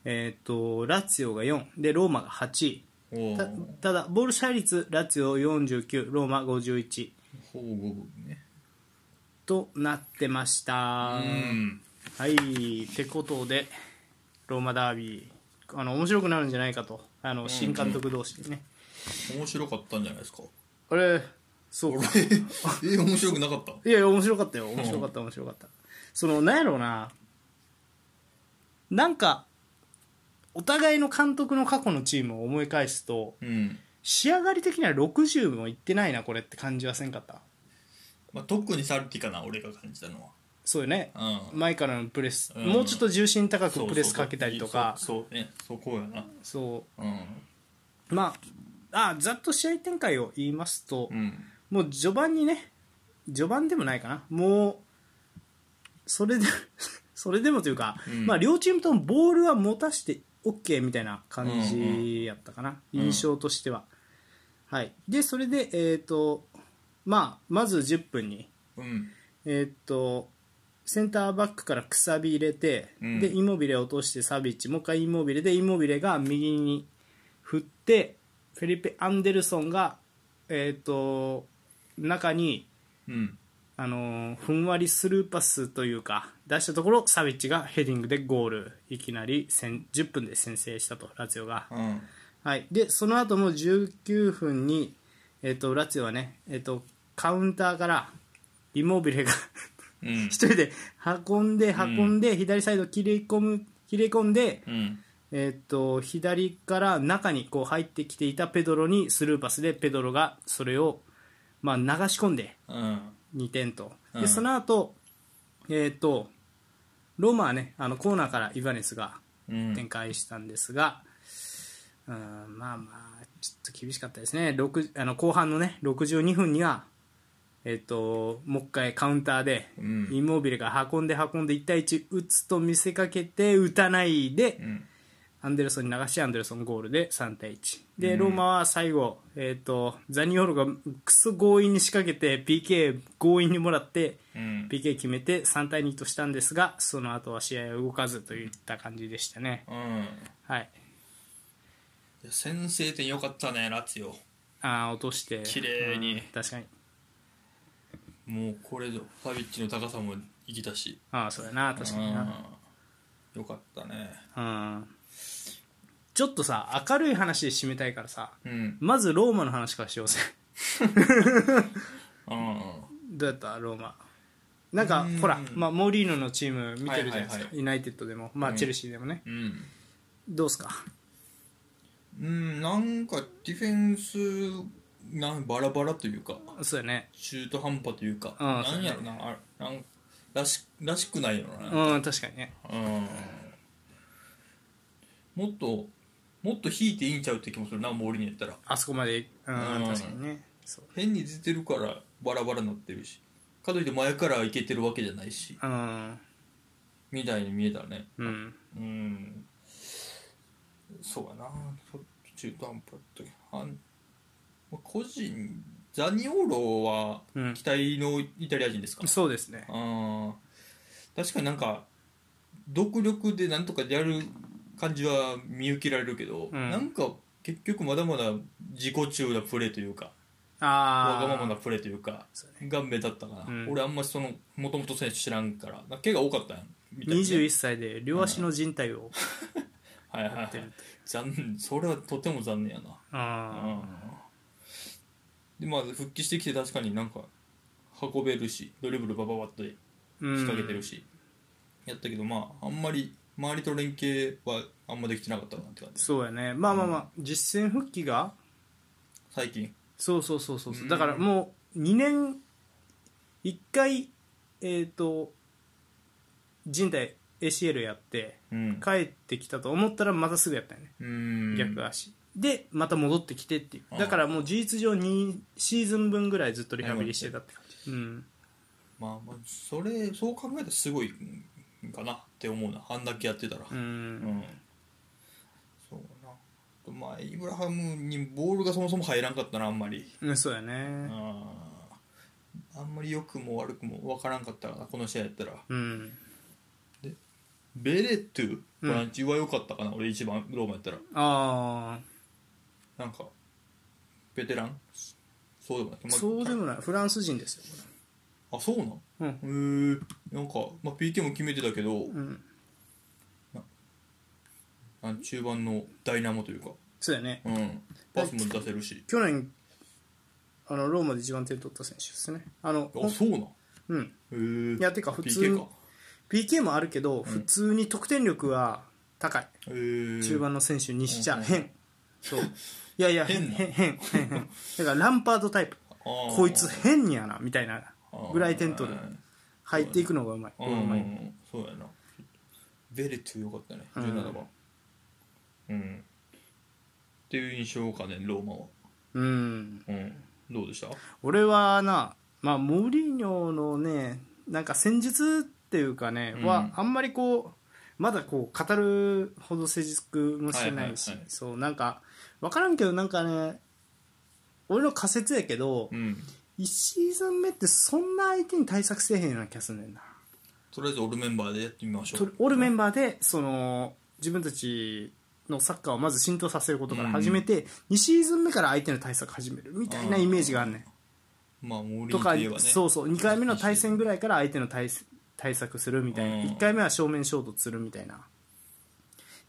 S1: えっとラツィオが4でローマが8
S2: おお
S1: たただボール支配率ラツィオ49ローマ51
S2: ほぼ五分ね
S1: となってました、
S2: うん
S1: はいってことでローマダービーあの面白くなるんじゃないかとあの新監督同士でね、
S2: 面白かったんじゃな いですか
S1: あれそうか
S2: え面白くなかった
S1: いやいや面白かったよ面白かった面白かったそのなんやろうななんかお互いの監督の過去のチームを思い返すと
S2: うん
S1: 仕上がり的には60もいってないなこれって感じはせんかった
S2: まあ、特にサルティかな俺が感じたの
S1: そうよね
S2: は、うん
S1: 前からのプレス、
S2: うん
S1: もうちょっと重心高
S2: そうそ
S1: く
S2: う
S1: プレスかけたりとかそう
S2: そうそうねそこやな
S1: まああざっと試合展開を言いますと、
S2: うん
S1: もう序盤にね序盤でもないかなもうそれで それでもというか、
S2: うん
S1: まあ、両チームともボールは持たして OK みたいな感じやったかな、
S2: うんうん
S1: 印象としては、はいでそれでえっ、とまあまず10分に
S2: うん
S1: えーっとセンターバックからくさび入れて、
S2: うん
S1: でインモビレ落としてサビッチもう一回インモビレでインモビレが右に振ってフェリペ・アンデルソンが、えーっと中に、
S2: うん
S1: あのーふんわりスルーパスというか出したところサビッチがヘディングでゴールいきなり先10分で先制したとラツィオが。
S2: うん
S1: はい、でその後も19分に、えーっとラツィオはね、えーっとカウンターからインモビレが
S2: うん
S1: 一人で運んで運んで左サイド切り込む切り込んで、
S2: うん
S1: えーっと左から中にこう入ってきていたペドロにスルーパスでペドロがそれを、まあ、流し込んで
S2: うん
S1: 2点と
S2: う
S1: で
S2: ん
S1: その後、えーっとローマは、ね、あのコーナーからイバネスが
S2: うん
S1: 展開したんですが、うん、まあまあちょっと厳しかったですね6あの後半の、ね、62分には、えーっともう一回カウンターで。
S2: うん
S1: インモービルが運んで運んで1対1打つと見せかけて打たないで
S2: うん
S1: アンデルソンに流しアンデルソンゴールで3対1で
S2: うん
S1: ローマは最後、えー、とザニオロがクソ強引に仕掛けて PK 強引にもらって
S2: うん
S1: PK 決めて3対2としたんですがその後は試合は動かずといった感じでしたね
S2: うん
S1: はい
S2: いや先制点良かったねラツィオ
S1: あー落として
S2: 綺麗に
S1: うん確かに
S2: もうこれでファビッチの高さも生きたし
S1: ああそうやな確かにな
S2: うんよかったね
S1: うんちょっとさ明るい話で締めたいからさ
S2: うん
S1: まずローマの話からしようぜ
S2: うん
S1: どうやったローマなんか
S2: うん
S1: ほら、まあ、モーリーノのチーム見てるじゃないですか、
S2: はいはいは
S1: ユナイテッドでも、まあ、
S2: うん
S1: チェルシーでもね、
S2: うん
S1: どうですか
S2: うん、なんかディフェンスなんバラバラというか
S1: そうやね
S2: 中途半端というか
S1: ああ
S2: なんやろなあなんらしらしくないよな、
S1: うん確かにね
S2: うんもっともっと引いていいんちゃうって気もするな森にやったら
S1: あそこまでうん、
S2: うん
S1: 確かにねそう
S2: 変に出てるからバラバラになってるしかといって前からいけてるわけじゃないし
S1: うん
S2: みたいに見えたね
S1: うん
S2: うんそうやなちょっと中途半端だったけどあんまあ個人ザニオロは
S1: うん
S2: 期待のイタリア人ですか、
S1: そうですね
S2: あー確かになんか独力でなんとかやる感じは見受けられるけど、
S1: うん
S2: なんか結局まだまだ自己中なプレーというかわ
S1: ああ
S2: がままなプレーというか
S1: そう
S2: が目立ったかな、
S1: うん
S2: 俺あんまりそのもともと選手知らんからなんか怪我多かったんやみたいな
S1: 21歳で両足の靭帯を
S2: はいはい、は
S1: やって
S2: い
S1: る、
S2: 残念それはとても残念やな
S1: あ
S2: でまあ復帰してきて確かになんか運べるしドリブルバババッと
S1: ーうん
S2: 仕掛けてるし、やったけどまああんまり周りと連携はあんまできてなかったなって感じ
S1: そうやねまあまあまあ、実戦復帰が
S2: 最近
S1: そうそうそうそうそう
S2: うん
S1: だからもう2年1回えっ、と人体 ACL やって
S2: うん
S1: 帰ってきたと思ったらまたすぐやったよね
S2: うん
S1: 逆足、でまた戻ってきてっていう
S2: ああ
S1: だからもう事実上2シーズン分ぐらいずっとリハビリしてたって感じうん
S2: まあまあそれそう考えたらすごいんかなって思うなあんだけやってたら
S1: う
S2: うん
S1: ん
S2: そうなあとまあイブラハムにボールがそもそも入らんかったなあんまり
S1: うんそうやね
S2: あーあんまり良くも悪くも分からんかったかなこの試合やったら
S1: うん
S2: ベレットゥボランチは良かったかな、俺一番ローマやったら
S1: あ
S2: なんかベテランそうでもない、
S1: あ
S2: まあ
S1: そうでもないフランス人ですよ
S2: あそうなん
S1: う
S2: へーなんか、まあ、PK も決めてたけど
S1: うん
S2: あの中盤のダイナモというか、
S1: そうやね
S2: うん、パスも出せるし
S1: 去年あのローマで一番点取った選手ですねあの
S2: あそうなんへ
S1: うん
S2: え
S1: いやてか普通
S2: PK か
S1: PK もあるけど、普通に得点力は高い
S2: へー
S1: 中盤の選手にしちゃ
S2: うん
S1: 変、 そういやいや変変変変変だからランパードタイプ
S2: あー
S1: こいつ変にやなみたいなぐらい点取る
S2: あー
S1: 入っていくのがうまい、
S2: うん
S1: うまい
S2: そうやなベレトゥよかったね17番うん、っていう印象かねローマは
S1: うん
S2: うんどうでした
S1: 俺はなまあ、モーリーニョのねなんか戦術っていうかね、は
S2: うん
S1: あんまりこうまだこう語るほど成熟もしてないし、
S2: はいはいはい
S1: そうなんか分からんけどなんかね俺の仮説やけど、
S2: うん
S1: 1シーズン目ってそんな相手に対策せえへんような気がするねんな
S2: とりあえずオールメンバーでやってみましょう
S1: とオールメンバーでその自分たちのサッカーをまず浸透させることから始めて、2シーズン目から相手の対策始めるみたいなイメージがあんねん
S2: まあモーリ
S1: と
S2: ーと
S1: か、
S2: いえばね
S1: そうそう2回目の対戦ぐらいから相手の対す対策するみたいな、
S2: うん
S1: 1回目は正面衝突するみたいな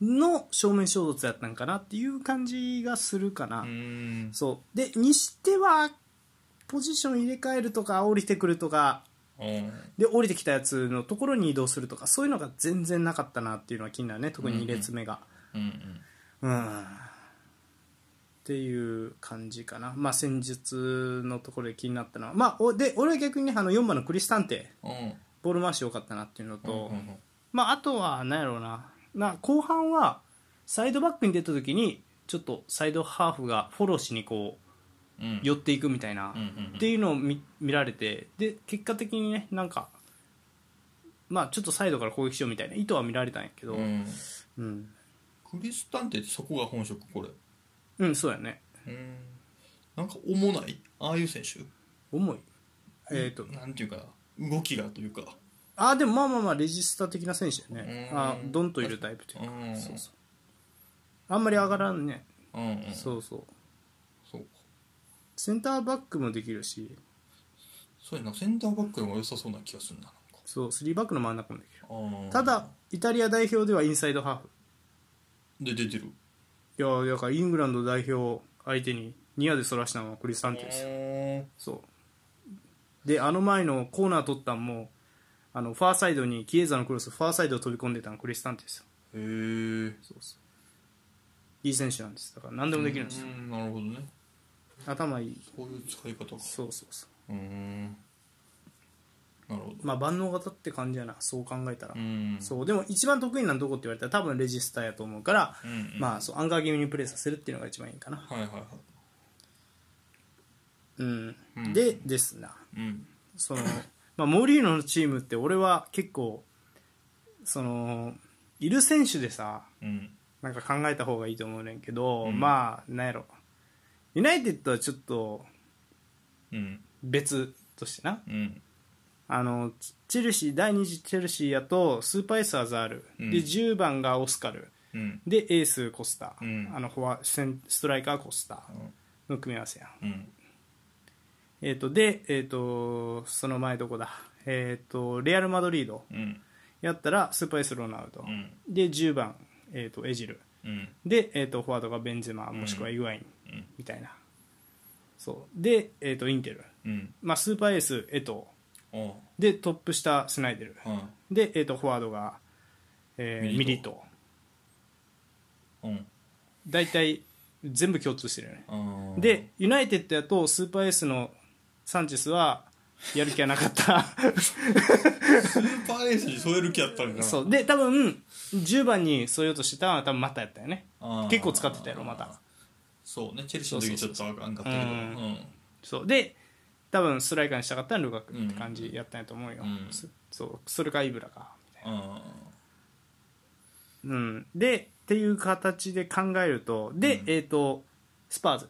S1: の正面衝突やったんかなっていう感じがするかな、
S2: うーん
S1: そうでにしてはポジション入れ替えるとか降りてくるとか
S2: うん
S1: で降りてきたやつのところに移動するとかそういうのが全然なかったなっていうのは気になるね特に2列目が、
S2: うんうん
S1: うんっていう感じかな、まあ、戦術のところで気になったのは、まあ、おで俺は逆にねあの4番のクリスタンテ
S2: うん
S1: ボール回し良かったなっていうのと、
S2: うん
S1: まあ、あとは何やろうなな後半はサイドバックに出た時にちょっとサイドハーフがフォローしにこ
S2: うん
S1: う寄っていくみたいな、
S2: うんうんうん
S1: っていうのを見見られてで結果的にねなんか、まあ、ちょっとサイドから攻撃しようみたいな意図は見られたんやけど、
S2: うん
S1: うん
S2: クリスタンテってそこが本職これ
S1: うん、そうやね
S2: うんなんか重ないああいう選手
S1: 重いえっ、と
S2: なんていうかな動きがというか
S1: あでもまあまあまあレジスタ的な選手やね
S2: うん
S1: あドンといるタイプという
S2: う
S1: か
S2: ん
S1: そうそうあんまり上がらんね
S2: うんうん
S1: そうそう
S2: そうか
S1: センターバックもできるし
S2: そうやなセンターバックでも良さそうな気がするななんか
S1: そう3バックの真ん中もできる
S2: あー
S1: ただイタリア代表ではインサイドハ
S2: で出て
S1: ー
S2: る
S1: フいやだからイングランド代表相手にニアでそらしたのはクリスタンテですよ
S2: うん
S1: そうであの前のコーナー取ったんもあのファーサイドにキエザのクロスファーサイドを飛び込んでたのクリスタンテですよ
S2: へえ
S1: そうそういい選手なんですだから何でもできるんですよ
S2: なるほどね
S1: 頭いい
S2: こういう使い方か
S1: そうそうそう
S2: うんなるほど
S1: うまあ万能型って感じやなそう考えたら、
S2: うん
S1: そうでも一番得意なのどこって言われたら多分レジスターやと思うから、
S2: うんうん
S1: まあそうアンカー気味にプレーさせるっていうのが一番いいかな
S2: はいはいはい
S1: うん、
S2: うん
S1: でですな
S2: うん
S1: その、まあ、モーリーノのチームって俺は結構そのいる選手でさ
S2: うん
S1: なんか考えた方がいいと思うねんけど、
S2: うん
S1: まあなんやろユナイテッドはちょっと
S2: うん
S1: 別としてな
S2: うん
S1: あのチチェルシー第2次チェルシーやとスーパーエースアザール、
S2: うん
S1: で10番がオスカル
S2: うん
S1: でエースコスタ、
S2: うん
S1: あのフォアセンストライカーコスタの組み合わせやん、
S2: うん
S1: えー、とで、えー、とその前どこだ、えー、とレアル・マドリード
S2: うん
S1: やったらスーパーエースロナウド、
S2: うん
S1: で10番、えー、とエジル
S2: うん
S1: で、えー、とフォワードがベンゼマもしくはイグアイン
S2: うん
S1: みたいな、そうで、えー、とインテル、
S2: うん
S1: まあ、スーパーエースエト
S2: ああ
S1: ーでトップ下スナイデル、
S2: は
S1: で、えー、とフォワードが、えーミ
S2: ミ
S1: リ
S2: リ
S1: ト
S2: いうん
S1: 大体全部共通してるよね
S2: ああ
S1: でユナイテッドやとスーパーエースのサンチェスはやる気はなかった
S2: スーパーエースに添える気やったんかな
S1: そうで多分10番にそういうとしてたのは多分またやったよね
S2: ああ
S1: 結構使ってたやろまた
S2: そうねチェルシーの時ちょっとあかんかったけど
S1: う
S2: うんん
S1: そうで多分ストライカーにしたかったのはルカクって感じやったんやと思うよ、
S2: うん
S1: そそうそれかイブラかみたい
S2: あ
S1: な、うん、でっていう形で考えるとで、
S2: うん
S1: えっ、とスパーズ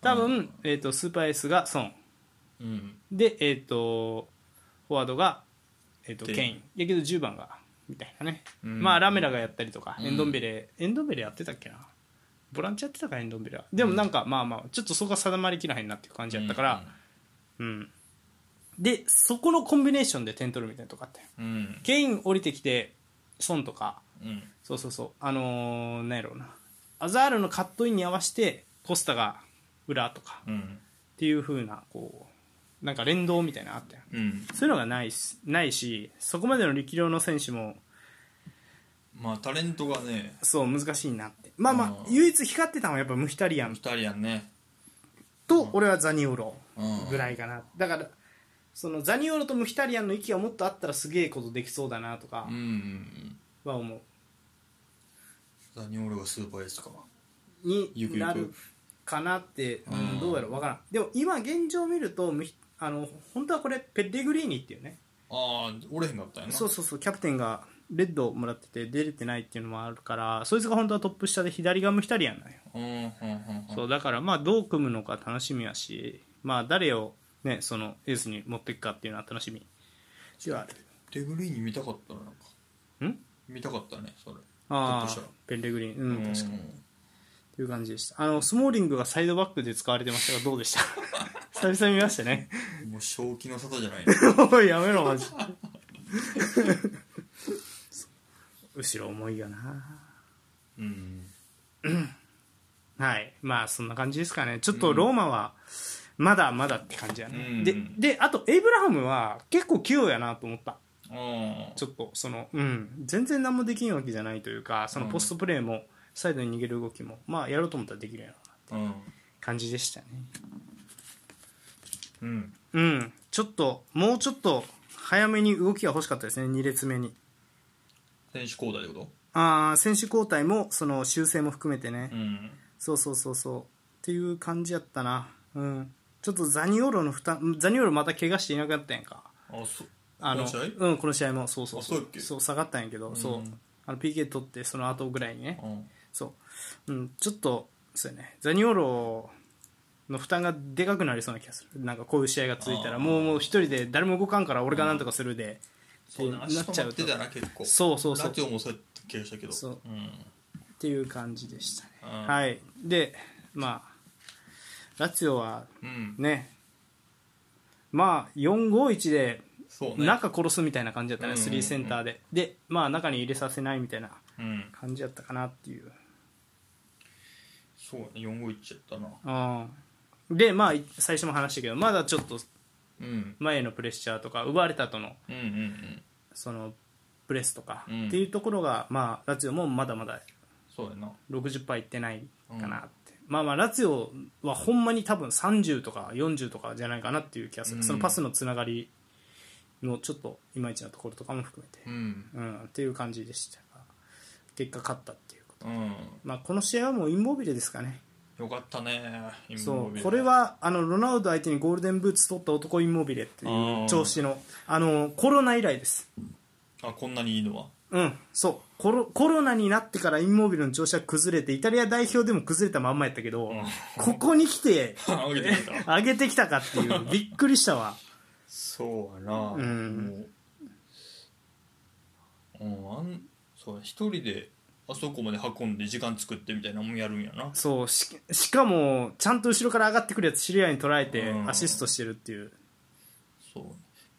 S1: 多分、
S2: うん
S1: えー、とスーパーエースがソン
S2: うん
S1: で、えー、とフォワードが、えー、とケ
S2: ケ
S1: イ
S2: イン
S1: ンやけど10番がみたいなね、
S2: うん
S1: まあ、ラメラがやったりとか、
S2: うん
S1: エンドンベレエンドンベレやってたっけなボランチやってたかエンドンベレはでもなんか、まあまあちょっとそこが定まりきらへんなっていう感じやったから、うんでそこのコンビネーションで点取るみたいなとこあったよ
S2: うん
S1: ケイン降りてきてソンとか
S2: うん
S1: そうそうそうあのー、なんやろうなアザールのカットインに合わせてコスタが裏とか
S2: うん
S1: っていう風なこうなんか連動みたいなのあったよ
S2: うん
S1: そういうのがないしないしそこまでの力量の選手も
S2: まあタレントがね
S1: そう難しいなってまあまあ
S2: うん
S1: 唯一光ってたのはやっぱムヒタリア
S2: 二
S1: ン
S2: 人やんね
S1: と俺はザニオロ
S2: うん
S1: ぐらいかなだからそのザニオロとムヒタリアンの息がもっとあったらすげえことできそうだなとか
S2: うんうんうん
S1: は思
S2: ザニオロがスーパーエースか
S1: うに
S2: ゆくゆく
S1: なるかなって、うん
S2: うん
S1: どうやろう分からんでも今現状見るとムヒあの本当はこれペッレグリーニっていうね
S2: ああ折れへんかったんやな
S1: そうそうそうキャプテンがレッドをもらってて出れてないっていうのもあるからそいつが本当はトップ下で左がムヒタリアンなんよ
S2: うんうんうんうん
S1: そうだからまあどう組むのか楽しみやし、まあ、誰を、ね、そのエースに持っていくかっていうのは楽しみではあ
S2: ペグリーニ見たかったななんか
S1: るん
S2: 見たかったねそれ
S1: あ
S2: トッ
S1: あ
S2: プ下
S1: ペンレグリーンうん確かに
S2: に
S1: という感じでしたあのスモーリングがサイドバックで使われてましたがどうでした 久々に見ましたね
S2: もう正気の沙汰じゃない
S1: おいやめろマジ 後ろ重いよな
S2: うん
S1: はいまあそんな感じですかねちょっとローマはまだまだって感じやね、
S2: うん
S1: でであとエイブラハムは結構器用やなと思った
S2: ああ
S1: ちょっとその、うん、全然何もできんわけじゃないというかその
S2: うん
S1: ポストプレーもサイドに逃げる動きも、まあやろうと思ったらできるやろうな
S2: うん
S1: 感じでしたね
S2: うん
S1: うんちょっともうちょっと早めに動きが欲しかったですね2列目に
S2: 選手交代ってこ
S1: ああ選手交代もその修正も含めてね、
S2: とうん
S1: そうそうそうそうっていう感じやったなうんちょっとザニオロの負担ザニオロまた怪我していなくなったやんか
S2: あそう
S1: あの
S2: この試
S1: うんこの試合もそうそう
S2: あそうやっけ
S1: そう下がったんやけど、
S2: ん
S1: そうあの PK 取ってその後ぐらいにね
S2: 合うん
S1: そう、うん、ちょっとそうやねザニオロの負担がでかくなりそうな気がするなんかこういう試合が続いたら
S2: あー
S1: もうもう一人で誰も動かんから俺がなんとかするで、
S2: そうね
S1: なっ
S2: 足
S1: ちゃ
S2: 止ま
S1: う
S2: っ
S1: と
S2: てたな結構
S1: そうそうそう
S2: ラテオもそうやって気がしたけど
S1: そう
S2: うん
S1: っていう感じでしたね、
S2: うん
S1: はいでまあラツィオは
S2: うん
S1: ねまあ451で
S2: そうね
S1: 中殺すみたいな感じだったね、
S2: うんうんうん
S1: 3センターででまあ中に入れさせないみたいな
S2: うん
S1: 感じだったかなっていう
S2: そうね4-5いっちゃったな
S1: うんでまあ最初も話したけどまだちょっと
S2: うん
S1: 前へのプレッシャーとか奪われた後の
S2: うんうん
S1: そのプレスとか、
S2: うん
S1: っていうところが、まあ、ラツィオもまだまだ
S2: そうやな
S1: 60杯いってないかなって、まあまあラツィオはほんまに多分30とか40とかじゃないかなっていう気がする、
S2: うん
S1: そのパスのつながりのちょっといまいちなところとかも含めて、
S2: うん
S1: うん、っていう感じでしたが結果勝ったっていうこと、
S2: うん
S1: まあ、この試合はもうインモビルですかね
S2: よかったねインモ
S1: そ
S2: ビ
S1: う
S2: ル
S1: これはあのロナウド相手にゴールデンブーツ取った男インモビレっていう調子のあのコロナ以来です
S2: あこんなにいいのは
S1: うんそうコロコロナになってからインモービルの調子は崩れてイタリア代表でも崩れたまんまやったけど、
S2: ん
S1: ここに来て
S2: あげてくれた
S1: 上げてきたかって いうびっくりしたわ
S2: そうやな、
S1: ん
S2: もう、うん、あんそうや一人であそこまで運んで時間作ってみたいなのもんやるんやな
S1: そうししかもちゃんと後ろから上がってくるやつ知り合いに捉えて
S2: うん
S1: アシストしてるっていう、
S2: そう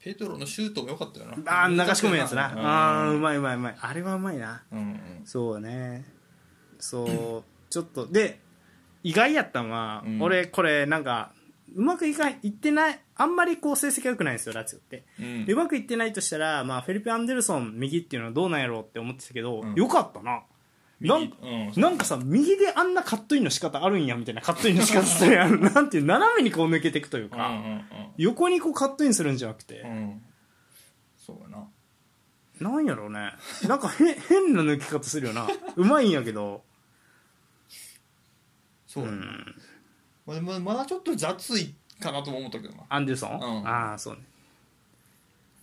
S2: ペトロのシュートもよかったよな
S1: ああ流し込むやつな、
S2: うん
S1: ああうまいうまいうまいあれはうまいな
S2: うんうん
S1: そうねそうちょっとで意外やったのは、
S2: うん
S1: 俺これなんかうまくいかんいってないあんまりこう成績が良くないんですよラツィオって
S2: うん
S1: でうまくいってないとしたら、まあ、フェリペ・アンデルソン右っていうのはどうなんやろうって思ってたけど、
S2: ん
S1: よかったな
S2: 右
S1: なん
S2: うん
S1: なんかさ右であんなカットインの仕方あるんやみたいなカットインの仕方するやん なんていう斜めにこう抜けていくという
S2: う
S1: か、
S2: ん
S1: 横にこうカットインするんじゃなくて
S2: うんう、んうんそうやな
S1: なんやろうねなんかへ変な抜き方するよなうまいんやけど
S2: そう
S1: う
S2: やな、
S1: ん
S2: まままだちょっと雑いかなとも思ったけどな
S1: アンデルソン、
S2: ん
S1: ああそうね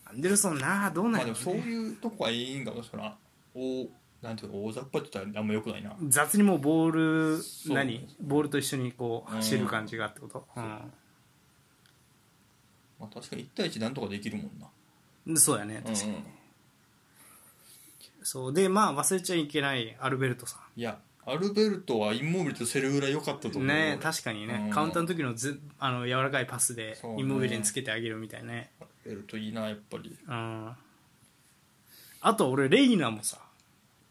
S1: アンデルソンなあどうなん
S2: まあ
S1: や
S2: で
S1: ろ
S2: も
S1: う
S2: そう
S1: ね、
S2: いうとこはいいんかもしれないおなんていうの大雑把って言ったらあんまよくないな
S1: 雑にもうボール
S2: う
S1: 何ボールと一緒にこう走る感じがってこと、うん
S2: まあ確かに1対1なんとかできるもんな
S1: そうやね確かに、
S2: うんうん
S1: そうでまあ忘れちゃいけないアルベルトさ
S2: いやアルベルトはインモビルとセルフラ良かったと思
S1: ん
S2: う
S1: ね
S2: 俺
S1: 確かにね、
S2: うん
S1: カウンターの時のずあの柔らかいパスで
S2: そうね
S1: インモビレにつけてあげるみたいね
S2: アルベルトいいなやっぱり
S1: うんあと俺レイナもさ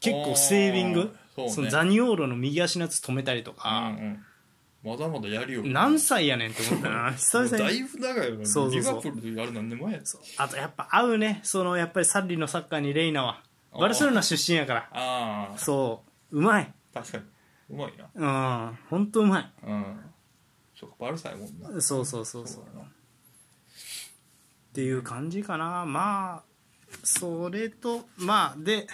S1: 結構セービング
S2: あーそうね
S1: のザニオーロの右足のやつ止めたりとか
S2: う、んうんまだまだやるよ
S1: 何歳やねんって思った な久
S2: もう
S1: 々
S2: だ
S1: に
S2: いぶ長いよな
S1: そうそうそう
S2: リバプールでやるなんで前やつ
S1: あとやっぱ合うねそのやっぱりサッリのサッカーにレイナはバルセロナ出身やから
S2: ああ
S1: そううまい
S2: 確かにうまいな
S1: うん本当うまい
S2: うんそうかバルサやもんな
S1: そうそうそうそう
S2: そうやな
S1: っていう感じかなまあそれとまあで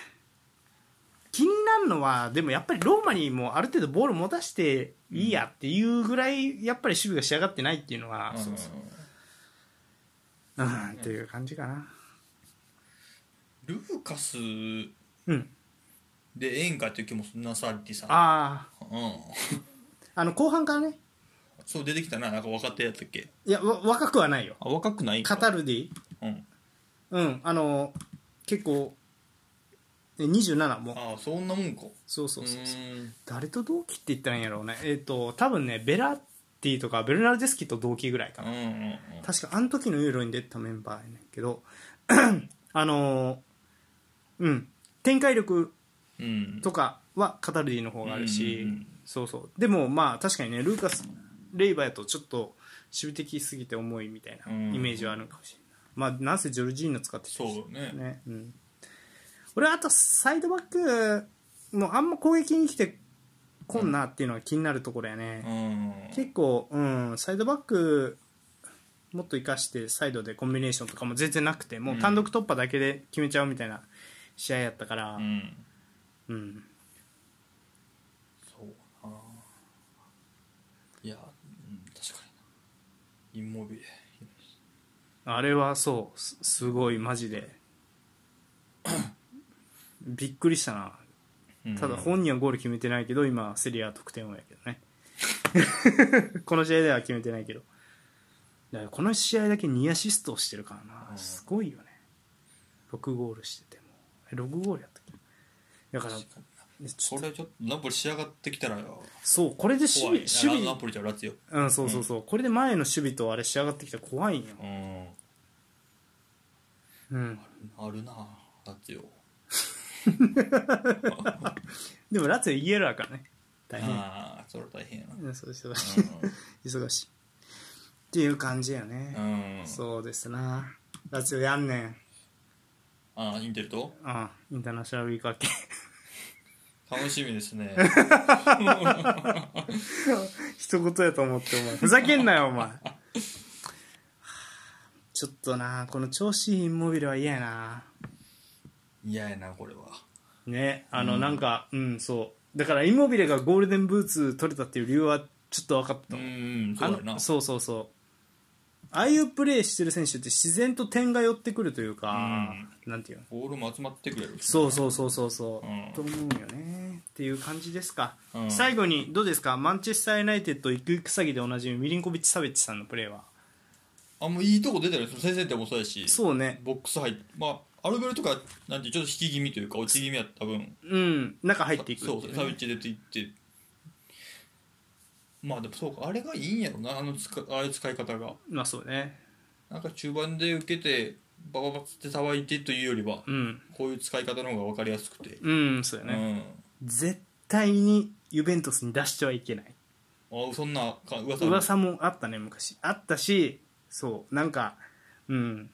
S1: 気になるのはでもやっぱりローマにもある程度ボール持たせていいやっていうぐらいやっぱり守備が仕上がってないっていうのは、
S2: うんうんうん
S1: うん、っていう感じかな。
S2: ルーカス
S1: うん。
S2: でええんかっていう気もすんなサッリさん
S1: ああ、
S2: うん、
S1: あの、後半からね、
S2: そう出てきたななんか若手やったっけ
S1: いや、わ若くはないよ。
S2: あ若くない
S1: カ
S2: か
S1: タルディ、
S2: うん、
S1: うん、あの、結構、え27もう。
S2: ああそんなもんか
S1: そうそうそうそう。
S2: ーん
S1: 誰と同期って言ったらいいんやろうね。えっ、と、多分ね、ベラッティとかベルナルデスキと同期ぐらいか
S2: うん
S1: な。
S2: うんうん
S1: 確か、あの時のユーロに出てたメンバーやねんけど、 あのーうん、展開力
S2: うん
S1: とかはカタルディの方があるし、
S2: うんうんうん
S1: そうそう。でも、まあ、確かにね、ルーカス・レイバーやとちょっと、守備的すぎて重いみたいな
S2: うん
S1: イメージはあるかもしれない。まあ、なんせジョルジーノ使ってたし
S2: そうよね
S1: ね、うん、俺はあとサイドバックもあんま攻撃に来てこんなっていうのが気になるところや
S2: う
S1: ね、
S2: ん
S1: 結構、うん、サイドバックもっと生かしてサイドでコンビネーションとかも全然なくてもう単独突破だけで決めちゃうみたいな試合やったから、う
S2: うんんそうないや、うん、確かになインモビレ
S1: あれはそうすすごいマジで びっくりしたな
S2: うん
S1: ただ本人はゴール決めてないけど今セリアは得点王やけどね この試合では決めてないけどだからこの試合だけ2アシストをしてるから
S2: う
S1: なんすごいよね6ゴールしててもえ6ゴールやったっけだから
S2: 確かに
S1: ちょ
S2: これちょっとナポリ仕上がってきたらよ
S1: そうこれで
S2: 怖い
S1: 守
S2: な
S1: 備守
S2: ナ
S1: 備
S2: ポリじゃラツよ
S1: うんそうそうそう、これで前の守備とあれ仕上がってきたら怖いんよ
S2: うん
S1: うん
S2: あるなラツよ
S1: でもラツィオイエローやからね大変
S2: ああそれは大変やな
S1: うんそう忙しい忙しいっていう感じやね
S2: うん、うん、
S1: そうですなラツィオやんねん
S2: ああインテルと
S1: ああインターナショナルウィーク明け
S2: 楽しみですね
S1: 一言やと思ってお前ふざけんなよお前ちょっとなこの調子いいインモビルは嫌やな
S2: 嫌やなこれは
S1: ねあのなんかうん、そうだからインモビレがゴールデンブーツ取れたっていう理由はちょっと分かっ
S2: う
S1: た、
S2: んそ
S1: あ
S2: うやな
S1: のそうそうそうああいうプレーしてる選手って自然と点が寄ってくるというか、なんていうの
S2: ボールも集まってくれる
S1: そうそうそうそうそう、
S2: うん
S1: と思うよねっていう感じですか、
S2: うん
S1: 最後にどうですかマンチェスター・ユナイテッド行く行く詐欺でおなじみミリンコビッチ・サベッチさんのプレーは
S2: あもういいとこ出てるよ先生ってもそうやし
S1: そうね
S2: ボックス入ってまあアルベルとかなんてちょっと引き気味というか落ち気味やった分
S1: うん中入っていくってい
S2: そう
S1: ね
S2: うサビッチ出ていってまあでもそうかあれがいいんやろなあの使ああいう使い方が
S1: まあそうね
S2: なんか中盤で受けてバババってさばいてというよりは、
S1: うん
S2: こういう使い方の方が分かりやすくて、
S1: うんそうよね、絶対にユベントスに出してはいけない
S2: うんあそんなか噂ある
S1: 噂もあったね昔あったしそうなんかうん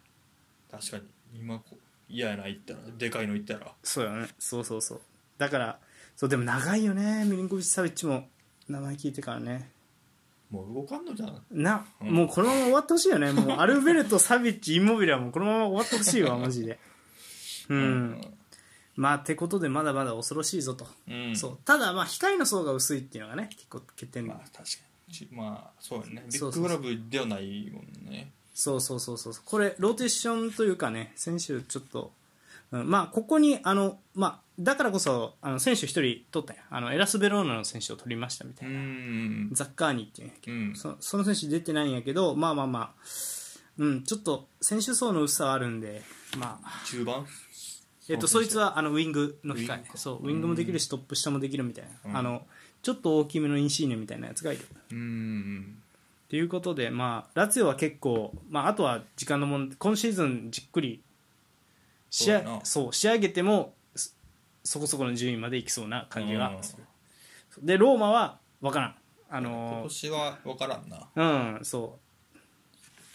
S2: 確かに今こう嫌やな言ったらでかいの言ったら
S1: そうよねそうそうそうだからそうでも長いよねミリンコビッチ・サベッチも名前聞いてからね
S2: もう動かんのじゃん
S1: な、
S2: うん
S1: もうこのまま終わってほしいよねもうアルベルトサビッチインモビラもこのまま終わってほしいわマ ジでうん、まあってことでまだまだ恐ろしいぞと、
S2: うん、うん
S1: そうただまあ光の層が薄いっていうのがね結構欠点だ、
S2: まあ確かにちまあそうやねビ
S1: そ
S2: ッ
S1: うそ
S2: グ
S1: う
S2: グラブではないもんね
S1: そうそうそうそうこれローテーションというかね選手ちょっと、うん、まあここにあのまあだからこそあの選手一人取ったんやあのエラス・ベローナの選手を取りましたみた
S2: う
S1: いな、
S2: ん
S1: ザッカーニっていうんやけど
S2: うん
S1: そその選手出てないんやけどまあまあまあうんちょっと選手層の薄さはあるんでまあ
S2: 中盤
S1: えっと、
S2: そ
S1: そういつはあのウィングの機械
S2: ウィングか
S1: そうウィングもできるしトップ下もできるみたいな、
S2: うん
S1: あのちょっと大きめのインシーネみたいなやつがいる
S2: うん
S1: ということで、まあ、ラツィオは結構、まあ、あとは時間の問題今シーズンじっくり仕
S2: そうや
S1: 上
S2: な
S1: そう仕上げてもそそこそこの順位までいきそうな感じ
S2: う
S1: が
S2: ん
S1: するでローマは分からんあ
S2: 今
S1: のー
S2: 年は分からんな
S1: うんそう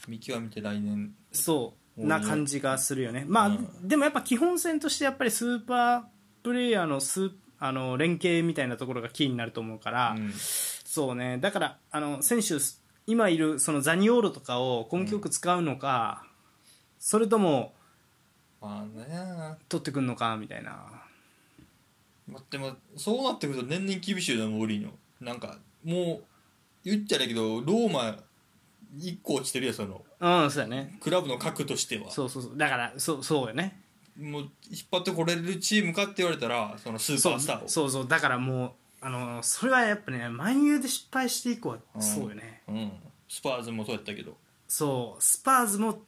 S2: 見極めて来年
S1: そう
S2: うん
S1: な感じがするよね、まあ
S2: うん
S1: でもやっぱ基本戦としてやっぱりスーパープレイヤーのスーあの連携みたいなところがキーになると思うから、
S2: うん
S1: そうねだからあの選手今いるそのザニオーロとかを根気よく使うのか、それとも
S2: まあね
S1: 取ってくるのかみたいな
S2: まあでもそうなってくると年々厳しいよなモーリーニョなんかもう言っちゃだけどローマ一個落ちてるよその
S1: うんそうだね
S2: クラブの核としては
S1: そうそうそうだからそうそうよね
S2: もう引っ張ってこれるチームかって言われたらそのスー
S1: そ
S2: パー
S1: う
S2: スターを
S1: そうそうだからもうあのそれはやっぱね万有で失敗して以降は
S2: うん
S1: そうよね、
S2: うん、スパーズもそうやったけど
S1: そうスパーズも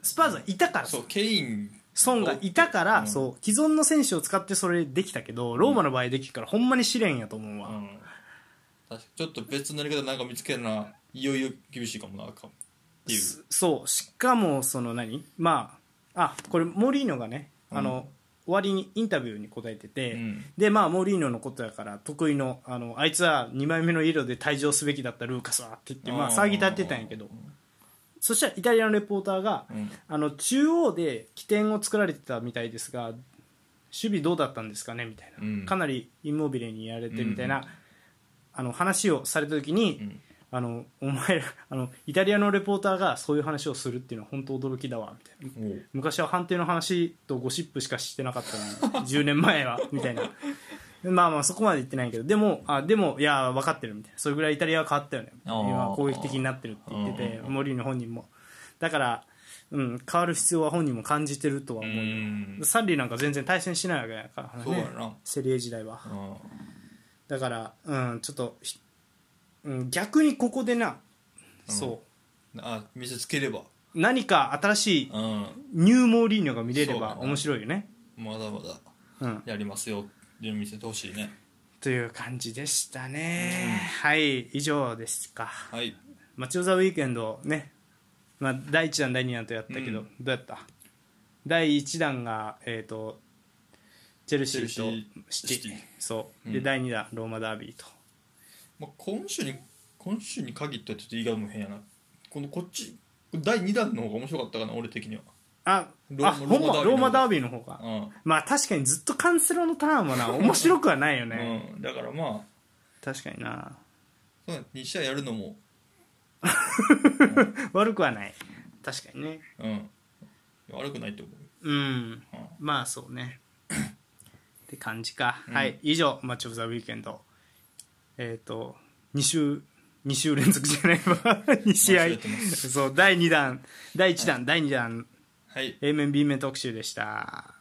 S1: スパーズはいたから
S2: そうケイン
S1: 孫がいたから、
S2: うん
S1: そう既存の選手を使ってそれできたけどローマの場合できるから、ほんまに試練やと思うわ、
S2: うん確かちょっと別のやり方なんか見つけるないよいよ厳しいかもなかもっていう
S1: すそうしかもその何まああこれモーリーノがね、あの終わりにインタビューに答えてて、
S2: うん
S1: でまあモーリーノのことやから得意のあのあいつは2枚目のイエローで退場すべきだったルーカスはって言って、まあ、騒ぎ立てたんやけどそしたらイタリアのレポーターが、
S2: うん
S1: あの中央で起点を作られてたみたいですが守備どうだったんですかねみたいな、
S2: うん
S1: かなりインモビレにやられてみたいな、あの話をされた時に、
S2: うん
S1: あのお前らあのイタリアのレポーターがそういう話をするっていうのは本当驚きだわみたいな
S2: おう
S1: 昔は判定の話とゴシップしかしてなかったのに10年前は みたいなまあまあそこまで言ってないけどでもあでもいや分かってるみたいなそれぐらいイタリアは変わったよね
S2: あー
S1: 今攻撃的になってるって言ってて
S2: うん
S1: モリーノ本人もだから、うん、変わる必要は本人も感じてるとは
S2: う
S1: 思うよ
S2: ん
S1: サッリーなんか全然対戦しないわけだから、ね、
S2: そうやな
S1: セリエ時代は
S2: うん
S1: だから、うん、ちょっとひ、うん、逆にここでな、
S2: うん
S1: そ
S2: あ見せつければ
S1: う何か新しい
S2: うん
S1: ニューモーリーニョが見れれば
S2: そうだな
S1: 面白いよね。
S2: まだまだ
S1: うん、
S2: やりますよって見せてほしいね
S1: という感じでしたね、はい以上ですか
S2: はい
S1: 「マチオ・ザ・ウィークエンドね」まあ、第1弾第2弾とやったけど、
S2: うん
S1: どうやった第1弾が、えー、とチェルシー
S2: チェルシ
S1: と
S2: ー
S1: シティ
S2: シティ
S1: そう
S2: う
S1: で
S2: ん
S1: 第2弾ローマダービーと
S2: まあ、今週に今週に限ってはちょっと言い方も変やなこのこっち第2弾の方が面白かったかな俺的には
S1: あ
S2: ロー
S1: あ
S2: マ
S1: ほんまロ
S2: ロ
S1: ー
S2: ー
S1: マ
S2: マ
S1: ダ
S2: ダ
S1: ービーの方が、
S2: うん、
S1: まあ確かにずっとカンセロのターンもな面白くはないよね、
S2: うん、だからまあ
S1: 確かにな
S2: そうだね2試合やるのも
S1: 悪くはない確かにね
S2: うん悪くないと思
S1: うん
S2: う、うん
S1: まあそうねって感じか、はい以上「マッチ・オブ・ザ・ウィーケンド」えっ、と2週2週連続じゃないわ 2試
S2: 間違えてま
S1: 合そう第2弾第1弾、第2弾
S2: はい
S1: A 面 B 面特集でした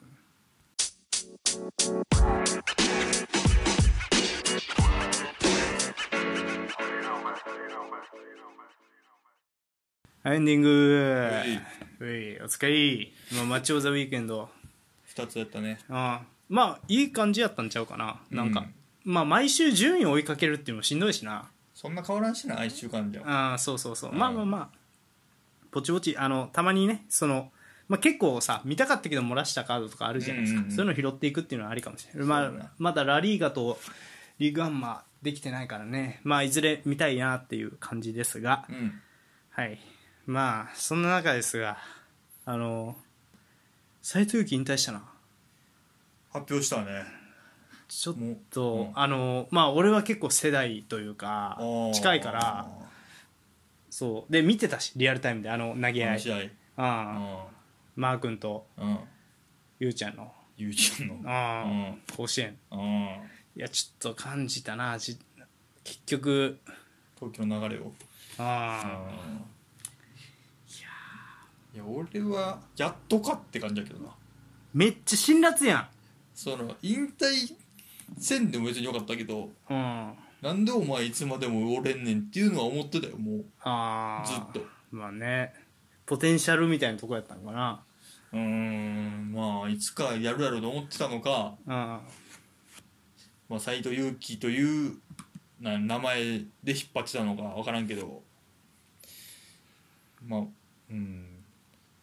S1: エンディング
S2: い
S1: おいお疲れまあマッチ・オブ・ザ・ウィークエンド
S2: 2つやったね
S1: ああまあいい感じやったんちゃうかななんか、
S2: うん
S1: まあ毎週順位を追いかけるっていうのもしんどいしな
S2: そんな変わらんしな1週間じゃ
S1: ああそうそうそう、まあまあまあぼちぼちあのたまにねその、まあ、結構さ見たかったけど漏らしたカードとかあるじゃないですか、
S2: うんうんうん
S1: そういうの拾っていくっていうのはありかもしれない、
S2: そうだ
S1: まあ
S2: な、
S1: まだラリーガとリーグアンマーできてないからねまあいずれ見たいなっていう感じですが、
S2: うん
S1: はいまあそんな中ですがあの斎藤佑樹引退したな
S2: 発表したね
S1: ちょっ
S2: もう
S1: と、
S2: うん
S1: あのまあ俺は結構世代というか
S2: あー
S1: 近いからそうで見てたしリアルタイムであの投げ
S2: あ
S1: 合
S2: の
S1: い
S2: 試合
S1: ああ
S2: あ
S1: マー君と
S2: あうん
S1: ゆうちゃんの
S2: ゆうちゃんの
S1: ああ、
S2: うん
S1: 甲子園
S2: うん
S1: いやちょっと感じたなじ結局
S2: 東京の流れを
S1: ああ
S2: いや俺はやっとかって感じだけどな
S1: めっちゃ辛辣や
S2: その引退せんでも別によかったけど
S1: んうんあ
S2: なんでお前いつまでもおれんねんっていうのは思ってたよもう
S1: あ
S2: ずっと
S1: まあねポテンシャルみたいなとこやったんかな
S2: うーんまあいつかやるやろうと思ってたのか
S1: うん
S2: まあ、斎藤佑樹というな名前で引っ張ってたのか分からんけどまあうん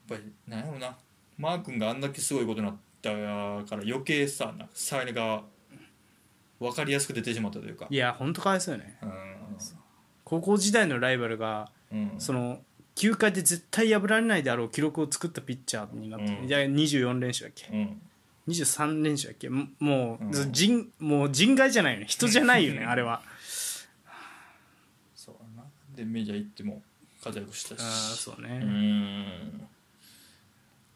S2: やっぱりなんやろなマー君があんだけすごいことになったから余計さなんかサイレが分かりやすく出てしまったというか
S1: いやほんとかわいそうよね
S2: うん
S1: 高校時代のライバルが
S2: うん
S1: その球界で絶対破られないであろう記録を作ったピッチャーになって、
S2: うん
S1: いや24連勝だっけ
S2: うん
S1: 23連勝だっけももう、
S2: うん
S1: 人もう人外じゃないよね人じゃない よねあれは
S2: そうやなでメジャー行っても活躍した
S1: あー
S2: し
S1: そう
S2: う
S1: ね、
S2: ん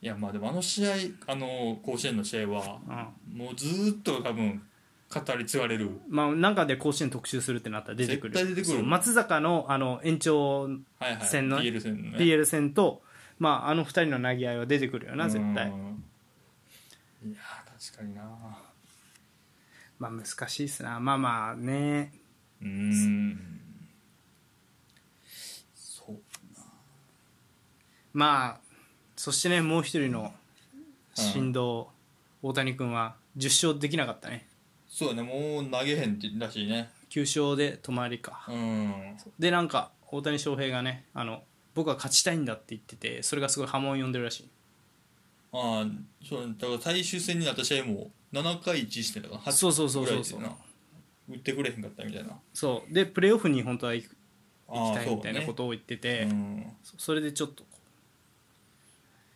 S2: いやまあでもあの試合あの甲子園の試合は
S1: うん
S2: もうずーっと多分語り継がれる
S1: まあ、なんかで甲子園特集するってなったら出てくる
S2: 絶対出てくる
S1: そう松坂のあの延長
S2: はいはい
S1: 戦の
S2: BL 戦のね
S1: BL 戦と、まあ、あの二人の投げ合いは出てくるよな絶対
S2: うんいやー確かにな
S1: まあ難しいっすなまあまあね
S2: うーんそう
S1: まあそしてねもう一人の神童、大谷君は10勝できなかったね
S2: そうだねもう投げへんってらしいね
S1: 9勝で止まりか
S2: うん
S1: でなんか大谷翔平がねあの僕は勝ちたいんだって言っててそれがすごい波紋を呼んでるらしい
S2: ああそうだから最終戦になった試合も7回1してたから
S1: そうそうそう
S2: ぐ
S1: そ
S2: らいうで
S1: そう
S2: な打ってくれへんかったみたいな
S1: そうでプレーオフに本当は行く行
S2: あ
S1: きた
S2: あ
S1: いみたいなことを言ってて
S2: そうねうん
S1: そそれでちょっと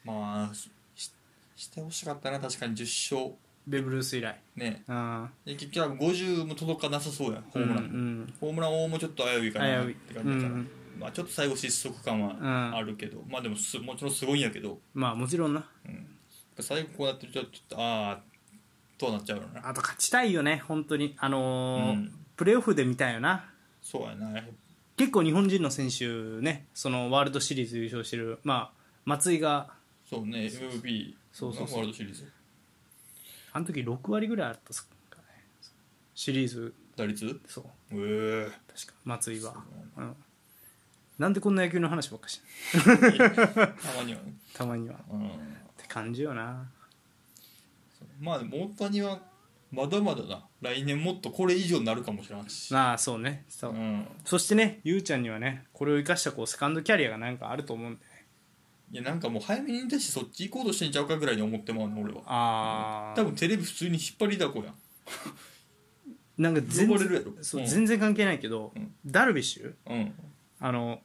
S2: まあしししてほしかったな確かに10勝
S1: ベーブ・ルース以来
S2: ね
S1: うん
S2: で結局50も届かなさそうやホームラン、
S1: うん
S2: ホームラン王もちょっと危ういかなっ
S1: 危うい
S2: て感じだ
S1: うん
S2: から、
S1: うん
S2: まあ、ちょっと最後失速感
S1: うん
S2: はあるけど、まあでもすもちろんすごいんやけどやっ
S1: まあもちろんな
S2: ぱ最後こうやってるとちょっとああどうなっちゃうのな
S1: あと勝ちたいよね本当にあのー
S2: うん
S1: プレーオフで見たいよな
S2: そうやな
S1: 結構日本人の選手ねそのワールドシリーズ優勝してる、まあ、松井が
S2: そうね MVP
S1: そうそうそう
S2: ワールドシリーズ
S1: あの時6割ぐらいあったっすかねシリーズ
S2: 打率う
S1: そう
S2: えー
S1: 確か松井は、うん、なんでこんな野球の話ばっかしてんの
S2: たまにはね、
S1: たまにはっ
S2: うん、
S1: て感じよな
S2: まあでも大谷はまだまだな来年もっとこれ以上になるかもしれんし、、
S1: まあそうねそううんそしてねゆうちゃんにはねこれを生かしたこうセカンドキャリアがなんかあると思うんでね
S2: いやなんかもう早めに引退してそっち行こうとしてんちゃうかぐらいに思ってまうの俺は
S1: あ
S2: 多分テレビ普通に引っ張りだこやん
S1: なんか全
S2: 呼ばれるや
S1: 然
S2: ろ
S1: そう
S2: うん
S1: 全然関係ないけど、
S2: うん
S1: ダルビッシュ
S2: うん
S1: あの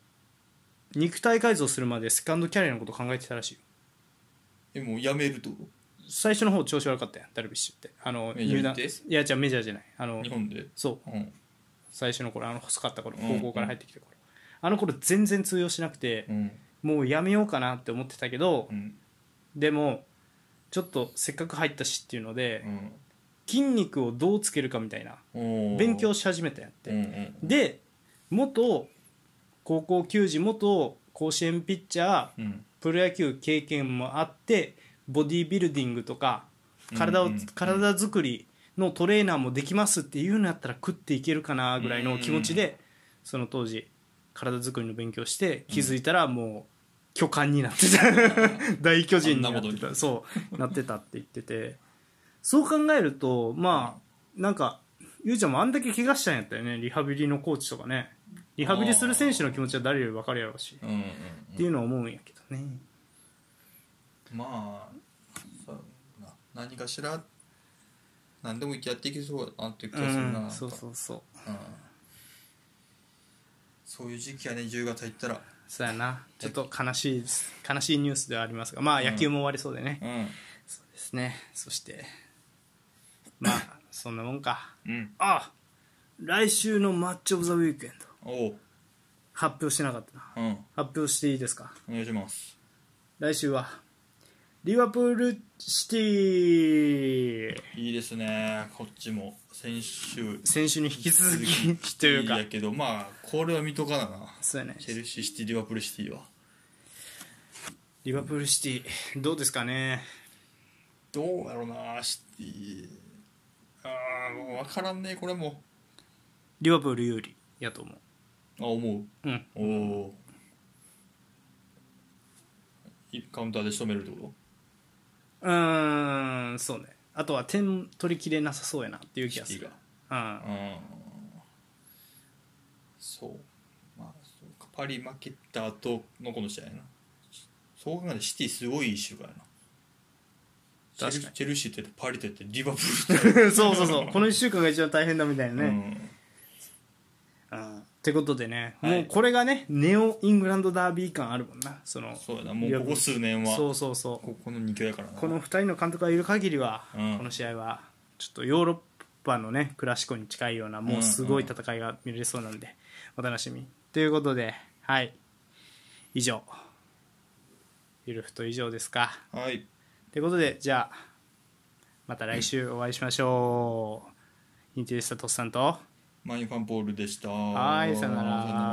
S1: 肉体改造するまでセカンドキャリアのこと考えてたらしいよ
S2: えもうやめるってこ
S1: 最初の方調子悪かったやんダルビッシュってあの
S2: メジャー
S1: 入団
S2: 行って
S1: いやじゃあメジャーじゃないあ
S2: と
S1: の
S2: 日本で
S1: そう
S2: うん
S1: 最初の頃あの細かった頃
S2: うん
S1: 高校から入ってきた頃、あの頃全然通用しなくて
S2: う、ん
S1: もうやめようかなって思ってたけど
S2: う、ん
S1: でもちょっとせっかく入ったしっていうので、
S2: うん
S1: 筋肉をどうつけるかみたいな
S2: おー
S1: 勉強し始めたんやっ
S2: うんう
S1: て、
S2: ん
S1: で元高校球児元甲子園ピッチャー
S2: うん
S1: プロ野球経験もあってボディービルディングとか体を、
S2: うんうんうん
S1: 体作りのトレーナーもできますっていうのやったら食っていけるかなぐらいの気持ちで、その当時体作りの勉強して気づいたらもう巨漢になって た大巨人にな
S2: あんな
S1: って
S2: こと
S1: た
S2: に
S1: そうなってたって言っててそう考えるとまあなんかゆうちゃんもあんだけ怪我したんやったよねリハビリのコーチとかねリハビリする選手の気持ちは誰より分かるやろうし
S2: うんうん
S1: っていうのは思うんやけどね。
S2: まあそうやな何かしら何でもやっていけそうやなっていう気がするな、
S1: うんそうそうそう
S2: うんそういう時期やね10月入ったら
S1: そうやなちょっと悲しいです悲しいニュースではありますがまあ野球も終わりそうでね、
S2: うん
S1: そうですねそしてま あそんなもんか
S2: うん
S1: あ来週のマッチ・オブ・ザ・ウィークエンド
S2: おう
S1: 発表してなかったな
S2: うん
S1: 発表していいですか
S2: お願いします
S1: 来週はリバプールシティ
S2: いいですねこっちも先週
S1: 先週に引き続きというか
S2: やけどまあこれは見とかなな
S1: そうやね
S2: チェルシーシティリバプールシティは
S1: リバプールシティどうですかね
S2: どうやろうなシティああもう分からんねこれも
S1: リバプール有利やと思
S2: あ思
S1: ううん
S2: うおおカウンターで仕留めるってこ
S1: うーんそうねあとは点取りきれなさそうやなっていう
S2: と
S1: 気が
S2: シテ
S1: す
S2: ィ
S1: る
S2: が
S1: うん
S2: うんそうまあそうかパリ負けた後のこの試合やなそう考えたらシティすごいいい週間やなチェル
S1: 確かに
S2: チェルシーってパリとやってリバプールとや っ
S1: そうそうそうこの1週間が一番大変だみたいなね、
S2: て、
S1: うんってことでね、
S2: は
S1: も
S2: い
S1: うこれがねネオイングランドダービー感あるもんなその
S2: そうやなもうここ数年は
S1: そうそうそう
S2: ここの2強やからな
S1: この2人の監督がいる限りは、
S2: うん
S1: この試合はちょっとヨーロッパのねクラシコに近いようなもうすごい戦いが見れそうなんで、お楽しみということではい以上ゆるふと以上ですか
S2: はい
S1: ということでじゃあまた来週お会いしましょう、
S2: 認定したとっさんと
S1: マインファンポールでした。
S2: はいさよなら
S1: さよな